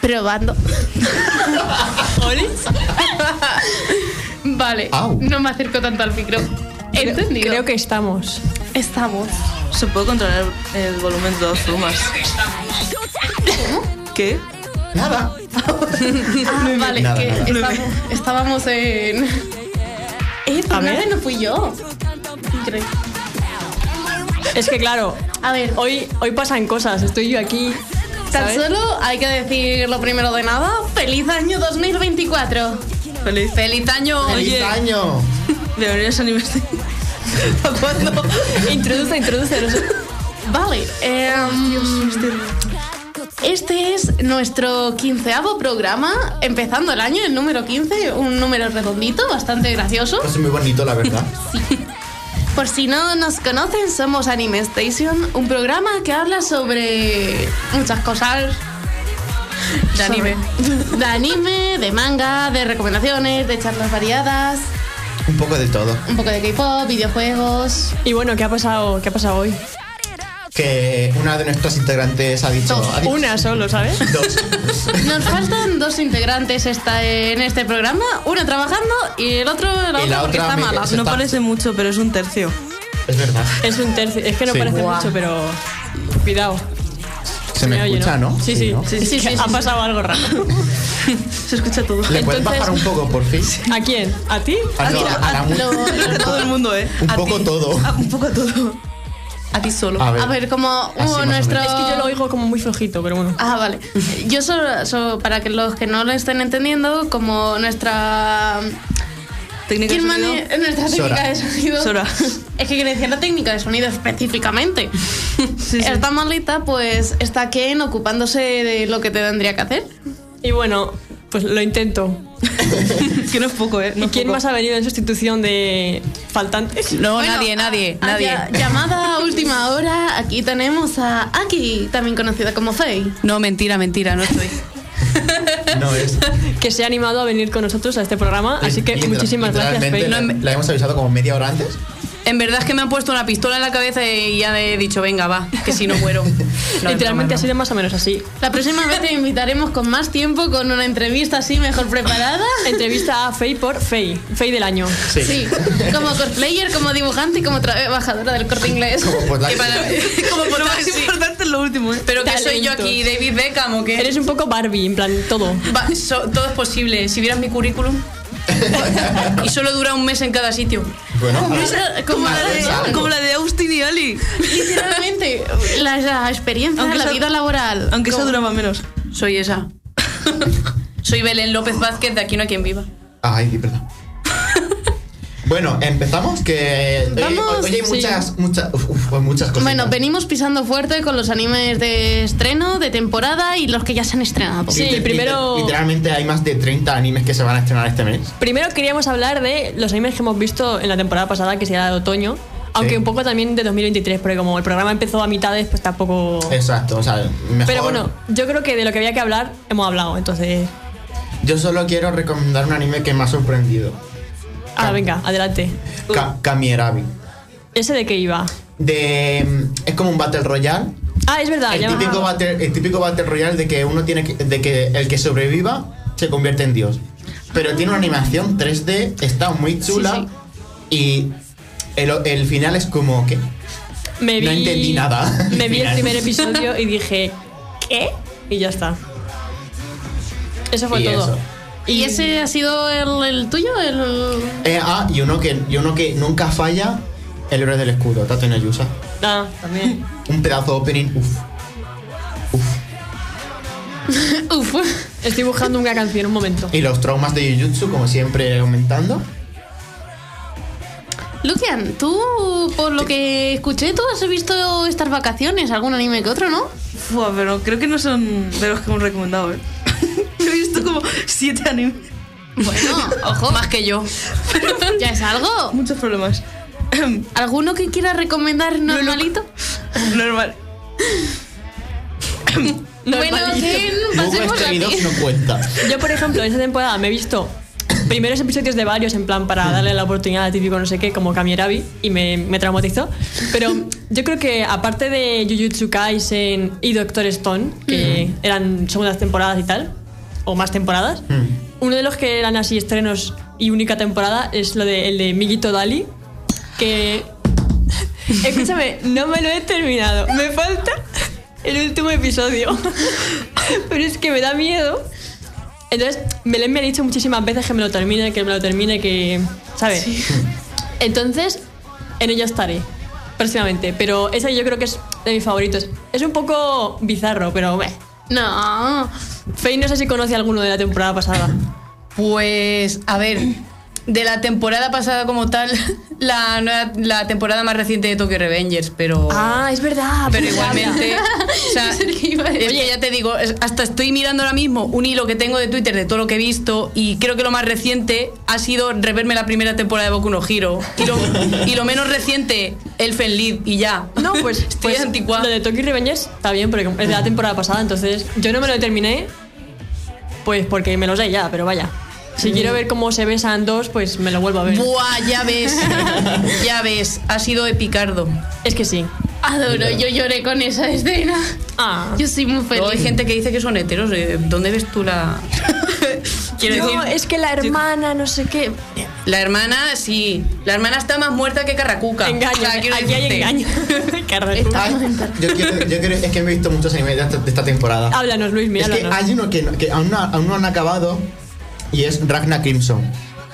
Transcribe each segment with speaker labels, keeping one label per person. Speaker 1: Probando.
Speaker 2: ¿Olis?
Speaker 1: Vale,
Speaker 3: Au.
Speaker 1: no me acerco tanto al micro. Entendido.
Speaker 4: Creo que estamos.
Speaker 1: estamos.
Speaker 2: ¿Se puede controlar el volumen de dos plumas? ¿Qué?
Speaker 3: Nada.
Speaker 1: Ah, vale,
Speaker 3: Nada,
Speaker 1: que
Speaker 3: nada.
Speaker 1: estamos- estábamos en. Eh, pues
Speaker 4: A
Speaker 1: nada,
Speaker 4: ver.
Speaker 1: no fui yo. Increíble.
Speaker 4: Es que claro,
Speaker 1: A ver,
Speaker 4: hoy, hoy pasan cosas. Estoy yo aquí.
Speaker 1: tan
Speaker 4: ¿sabes?
Speaker 1: solo hay que decir lo primero de nada. ¡Feliz año 2024!
Speaker 2: Feliz.
Speaker 4: ¡Feliz año!
Speaker 3: ¡Feliz
Speaker 4: Oye,
Speaker 3: año!
Speaker 2: Bienvenidos a Universidad. ¿Para cuándo?
Speaker 4: introduce, introduce. no sé.
Speaker 1: Vale, em, este es nuestro quinceavo programa, empezando el año, el número 15, un número redondito, bastante gracioso.
Speaker 3: Es muy bonito, la verdad.
Speaker 1: Por si no nos conocen, somos Anime Station, un programa que habla sobre muchas cosas.
Speaker 2: De anime.
Speaker 1: Sobre- De anime, de manga, de recomendaciones, de charlas variadas,
Speaker 3: Un poco de todo.
Speaker 1: un poco de K-pop, videojuegos.
Speaker 4: Y bueno, ¿qué ha pasado? ¿Qué ha pasado hoy?
Speaker 3: Que una de nuestras integrantes ha dicho...
Speaker 1: Dos.
Speaker 3: ha dicho-
Speaker 4: Una solo, ¿sabes?
Speaker 3: Dos.
Speaker 1: Nos faltan dos integrantes esta, en este programa, uno trabajando y el otro la
Speaker 3: Y
Speaker 1: otra
Speaker 3: la
Speaker 1: porque
Speaker 3: otra
Speaker 1: está
Speaker 3: me-
Speaker 1: mala.
Speaker 3: se
Speaker 2: No
Speaker 3: está-
Speaker 2: parece mucho, pero es un tercio.
Speaker 3: Es verdad.
Speaker 4: Es un tercio. Es que no
Speaker 3: Sí.
Speaker 4: parece
Speaker 1: Buah.
Speaker 4: mucho, pero. Cuidado.
Speaker 3: Se me,
Speaker 4: oye,
Speaker 3: escucha, ¿no?
Speaker 4: Sí, sí.
Speaker 3: ¿no?
Speaker 4: sí, sí,
Speaker 1: Sí, sí,
Speaker 4: ha
Speaker 1: sí.
Speaker 4: pasado algo raro.
Speaker 2: Se escucha todo.
Speaker 3: ¿Le puedes
Speaker 1: Entonces-
Speaker 3: bajar un poco, por fin?
Speaker 4: ¿A quién? ¿A ti?
Speaker 3: Ah, no,
Speaker 1: Mira,
Speaker 3: a la
Speaker 1: a-
Speaker 3: mu-
Speaker 1: lo-
Speaker 2: Todo el mundo, ¿eh?
Speaker 3: Un
Speaker 2: A
Speaker 3: poco
Speaker 2: ti.
Speaker 3: todo. Ah.
Speaker 2: Ah, un poco todo. A ti solo.
Speaker 3: A ver.
Speaker 1: a ver, como
Speaker 3: más
Speaker 1: hubo
Speaker 3: o
Speaker 1: nuestro...
Speaker 3: menos.
Speaker 4: Es que yo lo oigo como muy flojito, pero bueno.
Speaker 1: Ah, vale. Yo solo, solo- para que los que no lo estén entendiendo, como nuestra
Speaker 2: Técnica de
Speaker 1: ¿Quién
Speaker 2: sonido.
Speaker 1: mane- nuestra técnica
Speaker 3: Sora.
Speaker 1: de sonido?
Speaker 2: Sora.
Speaker 1: Es que quería decir la técnica de sonido específicamente.
Speaker 2: Sí, sí.
Speaker 1: Esta malita, pues, está Ken ocupándose de lo que te tendría que hacer.
Speaker 4: Y bueno, pues lo intento.
Speaker 2: Que no es poco, ¿eh? No
Speaker 4: ¿Y
Speaker 2: es
Speaker 4: quién
Speaker 2: poco.
Speaker 4: más ha venido en sustitución de faltantes?
Speaker 5: No,
Speaker 1: Bueno,
Speaker 5: nadie, nadie,
Speaker 1: a-
Speaker 5: nadie.
Speaker 1: a- llamada a última hora, aquí tenemos a Aki, también conocida como Faye.
Speaker 5: No, mentira, mentira, no estoy.
Speaker 3: No es.
Speaker 4: Que se ha animado a venir con nosotros a este programa. Así que
Speaker 3: Literal-
Speaker 4: muchísimas gracias,
Speaker 3: literalmente
Speaker 4: Faye.
Speaker 3: la- La hemos avisado como media hora antes.
Speaker 5: En verdad es que me han puesto una pistola en la cabeza y ya he dicho, venga, va, que si no muero. No,
Speaker 4: Literalmente ha
Speaker 5: es
Speaker 4: sido
Speaker 5: broma,
Speaker 4: más o menos así.
Speaker 1: La próxima vez te invitaremos con más tiempo, con una entrevista así mejor preparada.
Speaker 4: Entrevista a Faye por Faye. Faye del año.
Speaker 3: Sí.
Speaker 1: Sí, como cosplayer, como dibujante y como trabajadora del corte inglés.
Speaker 3: Como pues, por
Speaker 5: no.
Speaker 3: la-
Speaker 5: Que para- como por
Speaker 2: Lo más
Speaker 5: sí.
Speaker 2: importante es lo último, ¿eh?
Speaker 5: Pero que soy yo
Speaker 4: Talentos.
Speaker 5: aquí, David Beckham o qué?
Speaker 4: Eres un poco Barbie, en plan, todo.
Speaker 5: Va, so- todo es posible. Si vieras mi currículum. y solo dura un mes en cada sitio.
Speaker 3: Bueno, ahora-
Speaker 1: Esa- Como la
Speaker 3: ahora
Speaker 1: de-
Speaker 3: ya algo.
Speaker 2: Como la de Austin y Ali.
Speaker 1: Literalmente, la, la experiencia,
Speaker 2: Aunque
Speaker 1: la
Speaker 2: esa-
Speaker 1: vida laboral.
Speaker 2: Aunque eso
Speaker 1: como-
Speaker 2: duraba menos.
Speaker 5: Soy esa. Soy Belén López Vázquez, de Aquí no hay quien viva.
Speaker 3: Ay, perdón. Bueno, empezamos que eh,
Speaker 1: Vamos,
Speaker 3: oye, hay
Speaker 1: sí.
Speaker 3: muchas muchas uf, uf, hay muchas cosas.
Speaker 1: Bueno, venimos pisando fuerte con los animes de estreno, de temporada y los que ya se han estrenado.
Speaker 4: Sí, primero-
Speaker 3: literalmente hay más de 30 animes que se van a estrenar este mes.
Speaker 4: Primero queríamos hablar de los animes que hemos visto en la temporada pasada, que será de otoño. Aunque
Speaker 3: Sí.
Speaker 4: un poco también de 2023, porque como el programa empezó a mitades, pues tampoco...
Speaker 3: Exacto, o sea, mejor
Speaker 4: Pero bueno, yo creo que de lo que había que hablar hemos hablado, entonces...
Speaker 3: Yo solo quiero recomendar un anime que me ha sorprendido.
Speaker 4: Ah,
Speaker 3: Cam-
Speaker 4: venga, adelante.
Speaker 3: Ka- Kamierabi.
Speaker 4: ¿Ese de qué iba?
Speaker 3: De mm, es como un battle royale.
Speaker 4: Ah, es verdad,
Speaker 3: el,
Speaker 4: ya me
Speaker 3: típico
Speaker 4: acordaba.
Speaker 3: battle, el típico battle royale de que uno tiene que, de que el que sobreviva se convierte en dios. Pero tiene una animación 3D, está muy chula y el, el final es como que
Speaker 4: Me
Speaker 3: no entendí nada.
Speaker 4: Me vi el
Speaker 3: Al final.
Speaker 4: primer episodio y dije, ¿qué? Y ya está. Eso fue
Speaker 3: Y
Speaker 4: todo.
Speaker 3: eso.
Speaker 1: ¿Y ese ha sido el, el tuyo? El...
Speaker 3: Eh, ah, y uno que y uno que nunca falla, el héroe del escudo, Tato Inuyasha.
Speaker 4: Ah, también.
Speaker 3: Un pedazo de opening, uff.
Speaker 1: Uf.
Speaker 4: Estoy buscando una canción, un momento.
Speaker 3: Y los traumas de Jujutsu, como siempre, aumentando.
Speaker 1: Lucian, tú, por lo que escuché, tú has visto estas vacaciones, algún anime que otro, ¿no?
Speaker 2: Fua, pero creo que no son de los que hemos recomendado, ¿eh? He visto como siete animes.
Speaker 1: Bueno,
Speaker 5: Ojo. Más que yo.
Speaker 1: ya es algo.
Speaker 2: Muchos problemas.
Speaker 1: ¿Alguno que quiera recomendar normalito?
Speaker 2: Normal.
Speaker 1: Bueno, Ken,
Speaker 3: Luego
Speaker 1: pasemos
Speaker 3: este
Speaker 1: a ti.
Speaker 3: video no cuenta.
Speaker 4: Yo, por ejemplo, esta temporada me he visto primeros episodios de varios en plan para darle la oportunidad a típico no sé qué, como Kamierabi, y me, me traumatizó. Pero yo creo que aparte de Jujutsu Kaisen y Doctor Stone, que eran segundas temporadas y tal, o más temporadas.
Speaker 3: Hmm.
Speaker 4: Uno de los que eran así estrenos y única temporada es lo de, el de Miguito Dali, que... Escúchame, no me lo he terminado. Me falta el último episodio. Pero es que me da miedo. Entonces, Belén me ha dicho muchísimas veces que me lo termine, que me lo termine, que... ¿Sabes? Entonces, en ello estaré próximamente. Pero ese yo creo que es de mis favoritos. Es un poco bizarro, pero... Meh.
Speaker 1: No.
Speaker 4: Faye no sé si conoce alguno de la temporada pasada.
Speaker 5: Pues, a ver, de la temporada pasada como tal, la, nueva- la temporada más reciente de Tokyo Revengers, pero...
Speaker 4: Ah, es verdad.
Speaker 5: Pero igualmente, o sea, es que ya te digo, es- hasta estoy mirando ahora mismo un hilo que tengo de Twitter de todo lo que he visto y creo que lo más reciente ha sido reverme la primera temporada de Boku no Hero y lo, y lo menos reciente, Elfen Lied y ya.
Speaker 4: No, pues,
Speaker 5: estoy
Speaker 4: pues
Speaker 5: anticuado.
Speaker 4: Lo de Tokyo Revengers está bien, porque es de la temporada pasada, entonces yo no me lo terminé, pues porque me lo sé ya, pero vaya. Si quiero ver cómo se besan dos, pues me lo vuelvo a ver.
Speaker 5: Buah, ya ves, ya ves, ha sido epicardo.
Speaker 4: Es que sí.
Speaker 1: Adoro, yo lloré con esa escena.
Speaker 4: Ah.
Speaker 1: Yo soy muy
Speaker 5: Luego hay
Speaker 1: feliz.
Speaker 5: gente que dice que son heteros, eh, ¿dónde ves tú la...? Quiero
Speaker 4: No,
Speaker 5: decir,
Speaker 4: es que la hermana, no sé qué.
Speaker 5: la hermana, sí, la hermana está más muerta que Carracuca.
Speaker 4: Engaño.
Speaker 5: O sea, Ah, quiero
Speaker 4: aquí hay
Speaker 5: decirte.
Speaker 4: engaño. Carlos.
Speaker 3: Ay, yo, quiero, yo quiero- es que he visto muchos animes de esta, de esta temporada.
Speaker 4: Háblanos, Luis,
Speaker 3: es que
Speaker 4: háblanos.
Speaker 3: hay uno que, Ah, no- que aún, no, aún no han acabado y es Ragnar Crimson.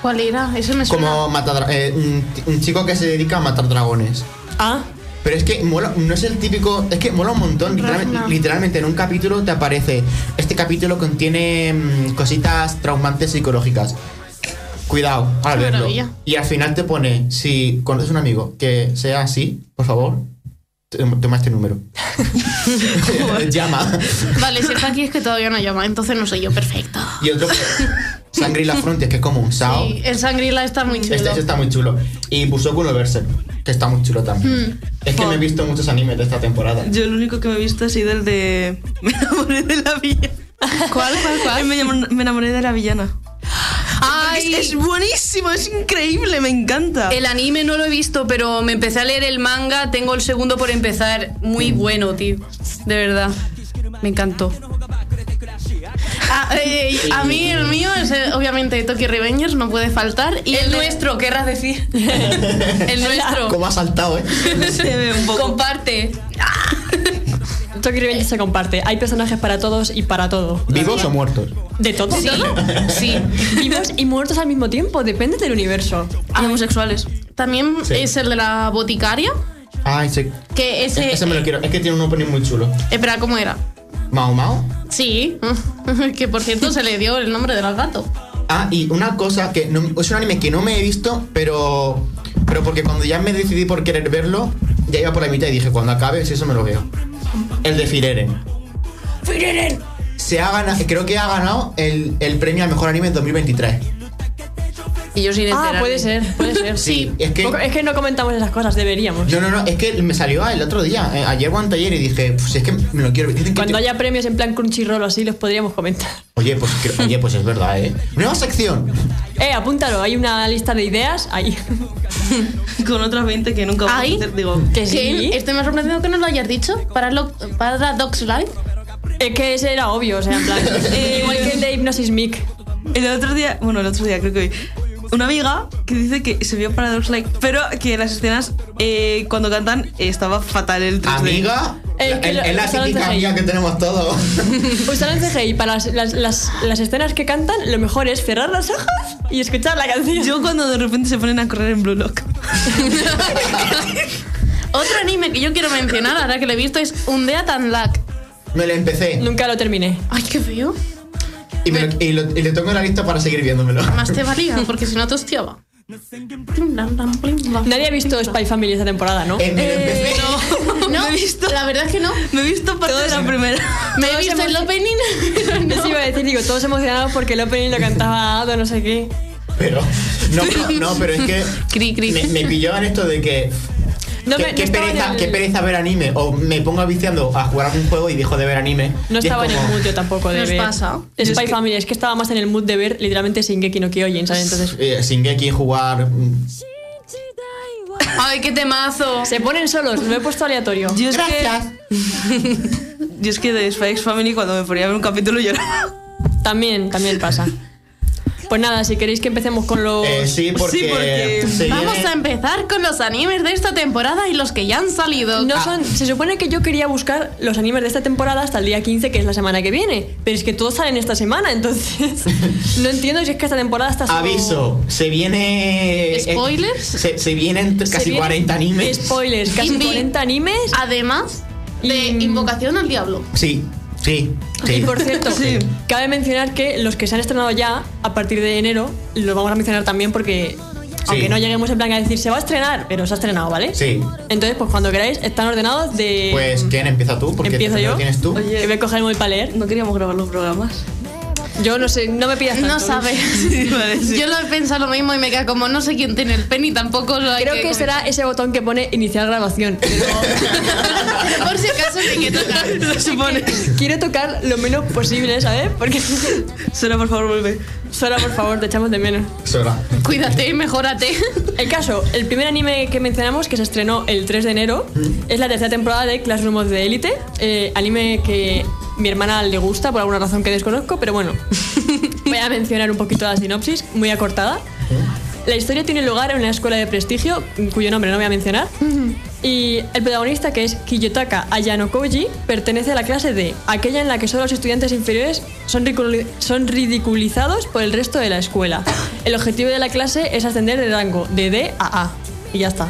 Speaker 1: ¿Cuál era? Eso me suena.
Speaker 3: Como matadra- eh, un, un chico que se dedica a matar dragones.
Speaker 4: Ah,
Speaker 3: Pero es que mola, no es el típico. Es que mola un montón. Literalme-
Speaker 1: Ragnar.
Speaker 3: Literalmente, en un capítulo te aparece. Este capítulo contiene mm, cositas traumantes psicológicas. Cuidado al
Speaker 1: Qué
Speaker 3: verlo.
Speaker 1: maravilla.
Speaker 3: Y al final te pone: si conoces un amigo que sea así, por favor, t- toma este número. Llama.
Speaker 1: Vale, si está aquí es que todavía no llama, entonces no soy yo, perfecto.
Speaker 3: Y otro. Sangre y la fronte, que es como un sao.
Speaker 1: Sí, el sangrila está muy chulo.
Speaker 3: Este, ese está muy chulo. Y Busoku no Berserk, que está muy chulo también.
Speaker 1: Hmm.
Speaker 3: Es que me he visto muchos animes de esta temporada.
Speaker 2: Yo lo único que me he visto ha sido el de Me enamoré de la villana. ¿Cuál, cuál, cuál? Me, llamó- me enamoré de la villana.
Speaker 5: Ay,
Speaker 2: Es, es buenísimo, es increíble, me encanta.
Speaker 5: El anime no lo he visto, pero me empecé a leer el manga. Tengo el segundo por empezar. Muy
Speaker 1: Mm.
Speaker 5: bueno, tío. De verdad. Me encantó.
Speaker 1: Ah, eh, eh, a mí el mío es eh, obviamente Tokyo Revengers, no puede faltar. Y
Speaker 5: el,
Speaker 1: el de-
Speaker 5: nuestro, querrás decir. el nuestro.
Speaker 3: ¿Cómo ha saltado, eh?
Speaker 2: se ve un poco.
Speaker 5: Comparte.
Speaker 4: Tokyo Revengers se comparte. Hay personajes para todos y para todo.
Speaker 3: ¿Vivos o muertos?
Speaker 4: ¿De todo?
Speaker 5: Sí, sí.
Speaker 4: Vivos y muertos al mismo tiempo, depende del universo.
Speaker 5: Ah.
Speaker 2: Y homosexuales.
Speaker 1: También
Speaker 3: Sí.
Speaker 1: es el de la boticaria,
Speaker 3: Ay, sí.
Speaker 1: que ese... eh,
Speaker 3: E- Ese me lo quiero. Es que tiene un opening muy chulo.
Speaker 1: Espera, ¿cómo era?
Speaker 3: Mao Mao.
Speaker 1: Sí, que por cierto se le dio el nombre del gato.
Speaker 3: Ah, y una cosa que no- es un anime que no me he visto, pero. Pero porque cuando ya me decidí por querer verlo, ya iba por la mitad y dije, cuando acabe, si eso me lo veo. El de Fireren. ¡Fireren! Se ha ganado, creo que ha ganado el, el premio al mejor anime en 2023.
Speaker 5: Y yo sin
Speaker 4: Ah,
Speaker 5: enterarme.
Speaker 4: puede ser, puede ser.
Speaker 3: Sí, es que-
Speaker 4: Poco- Es que no comentamos esas cosas, deberíamos.
Speaker 3: No, no, no, es que me salió ah, el otro día, eh, ayer o anteayer, y dije, pues es que me lo quiero ver. Dicen que
Speaker 4: Cuando
Speaker 3: te-
Speaker 4: haya premios en plan Crunchyroll o así, los podríamos comentar.
Speaker 3: Oye, pues, que- oye, pues es verdad, ¿eh? Nueva sección.
Speaker 4: Eh, apúntalo, hay una lista de ideas ahí.
Speaker 2: Con otras 20 que nunca voy a
Speaker 1: Ay.
Speaker 2: hacer. Digo,
Speaker 4: Que
Speaker 1: ¿Qué?
Speaker 4: sí.
Speaker 1: Este me ha sorprendido que no lo hayas dicho. Para, lo- para Dogs Live.
Speaker 4: Es que ese era obvio, o sea, en plan. eh, igual que el de Hypnosis Mic.
Speaker 2: el otro día, bueno, el otro día creo que hoy, una amiga que dice que se vio Paradox Like, pero que las escenas eh, cuando cantan eh, estaba fatal el 3D.
Speaker 3: Amiga,
Speaker 4: Eh,
Speaker 3: la-
Speaker 4: que
Speaker 3: el-
Speaker 4: lo-
Speaker 3: es la
Speaker 4: lo saben
Speaker 3: típica
Speaker 4: hacer
Speaker 3: amiga que tenemos todos.
Speaker 4: Usaron CGI para las, las, las- las escenas que cantan, lo mejor es cerrar las ojos y escuchar la canción.
Speaker 2: Yo cuando de repente se ponen a correr en Blue Lock.
Speaker 1: Otro anime que yo quiero mencionar, ahora que lo he visto, es Undea Tan Lack.
Speaker 3: Me lo empecé
Speaker 4: Nunca lo terminé.
Speaker 1: Ay, qué feo.
Speaker 3: y, me lo, y lo- y lo tengo en la lista para seguir viéndomelo.
Speaker 1: Más te valía, porque si no te hostiaba. Plim, blam, blam, plim, blam.
Speaker 4: Nadie ha visto Spy Family esta temporada, ¿no?
Speaker 3: Eh, me lo empecé.
Speaker 1: No, la verdad es que no.
Speaker 2: Me he visto parte de la primera.
Speaker 1: Me he
Speaker 4: Todos
Speaker 1: visto
Speaker 4: hemos-
Speaker 1: el opening, pero
Speaker 4: Yo
Speaker 1: no.
Speaker 4: sí iba a decir, digo, todos emocionados porque el opening lo cantaba Ado, no sé qué.
Speaker 3: Pero, no, pero, no, pero es que
Speaker 5: Cri, cri.
Speaker 3: me, me pilló en esto de que.
Speaker 4: No
Speaker 3: que-
Speaker 4: me- no
Speaker 3: qué,
Speaker 4: estaba en
Speaker 3: pereza,
Speaker 4: el-
Speaker 3: qué pereza ver anime. O me pongo viciando a jugar algún juego y dejo de ver anime.
Speaker 4: No
Speaker 3: Y es
Speaker 4: estaba en el
Speaker 3: como-
Speaker 4: mood yo tampoco de
Speaker 1: Nos
Speaker 4: ver.
Speaker 1: pasa.
Speaker 4: Spy Family, es que estaba más en el mood de ver literalmente Shingeki no Kyojin, ¿sabes? Entonces,
Speaker 3: eh, Shingeki, jugar. mm,
Speaker 5: Ay, qué temazo.
Speaker 4: se ponen solos, lo he puesto aleatorio.
Speaker 2: Yo es que, yo es que de Spy X Family cuando me ponía a ver un capítulo lloraba.
Speaker 4: También, también pasa. Pues nada, si queréis que empecemos con los...
Speaker 3: Eh, sí, porque,
Speaker 2: Sí, porque-
Speaker 3: se
Speaker 1: Vamos
Speaker 3: viene-
Speaker 1: a empezar con los animes de esta temporada y los que ya han salido.
Speaker 4: No son, se supone que yo quería buscar los animes de esta temporada hasta el día 15, que es la semana que viene. Pero es que todos salen esta semana, entonces. no entiendo si es que esta temporada está. solo-
Speaker 3: Aviso, se viene... eh,
Speaker 1: ¿Spoilers?
Speaker 3: Se, se vienen
Speaker 4: se
Speaker 3: casi
Speaker 4: vienen
Speaker 3: 40 animes.
Speaker 4: Spoilers, casi
Speaker 1: Invi-
Speaker 4: 40 animes.
Speaker 1: Además de
Speaker 4: Y-
Speaker 1: Invocación al Diablo.
Speaker 3: Sí, sí, sí.
Speaker 4: Y por cierto,
Speaker 2: Sí.
Speaker 4: cabe mencionar que los que se han estrenado ya a partir de enero, los vamos a mencionar también porque. Aunque no lleguemos en plan a decir se va a estrenar, pero se ha estrenado, ¿vale?
Speaker 3: Sí.
Speaker 4: Entonces, pues cuando queráis, están ordenados de.
Speaker 3: Pues, ¿quién empieza tú? Porque
Speaker 4: Empiezo
Speaker 3: primero
Speaker 4: yo.
Speaker 3: tienes tú.
Speaker 2: Oye.
Speaker 4: Que voy a coger muy para leer.
Speaker 2: No queríamos grabar los programas.
Speaker 4: Yo no sé, no me pillas tanto.
Speaker 1: No sabes.
Speaker 2: Sí, vale, sí.
Speaker 1: Yo lo he pensado lo mismo y me queda como no sé quién tiene el pen y tampoco lo hay
Speaker 4: Creo que será ese botón que pone iniciar grabación.
Speaker 1: comentar. Por si acaso me que tocar.
Speaker 2: Lo supone.
Speaker 4: Quiero tocar lo menos posible, ¿sabes? Porque.
Speaker 2: Sora, por favor, vuelve.
Speaker 4: Sora, por favor, te echamos de menos.
Speaker 3: Sora.
Speaker 1: Cuídate, mejórate.
Speaker 4: El caso, el primer anime que mencionamos, que se estrenó el 3 de enero, es la tercera temporada de Classroom of the Elite. eh, anime que mi hermana le gusta por alguna razón que desconozco, pero bueno. Voy a mencionar un poquito la sinopsis, muy acortada. La historia tiene lugar en una escuela de prestigio, cuyo nombre no voy a mencionar. Y el protagonista, que es Kiyotaka Ayano Koji, pertenece a la clase D, aquella en la que solo los estudiantes inferiores son, riculi- son ridiculizados por el resto de la escuela. El objetivo de la clase es ascender de rango de D a A. Y ya está.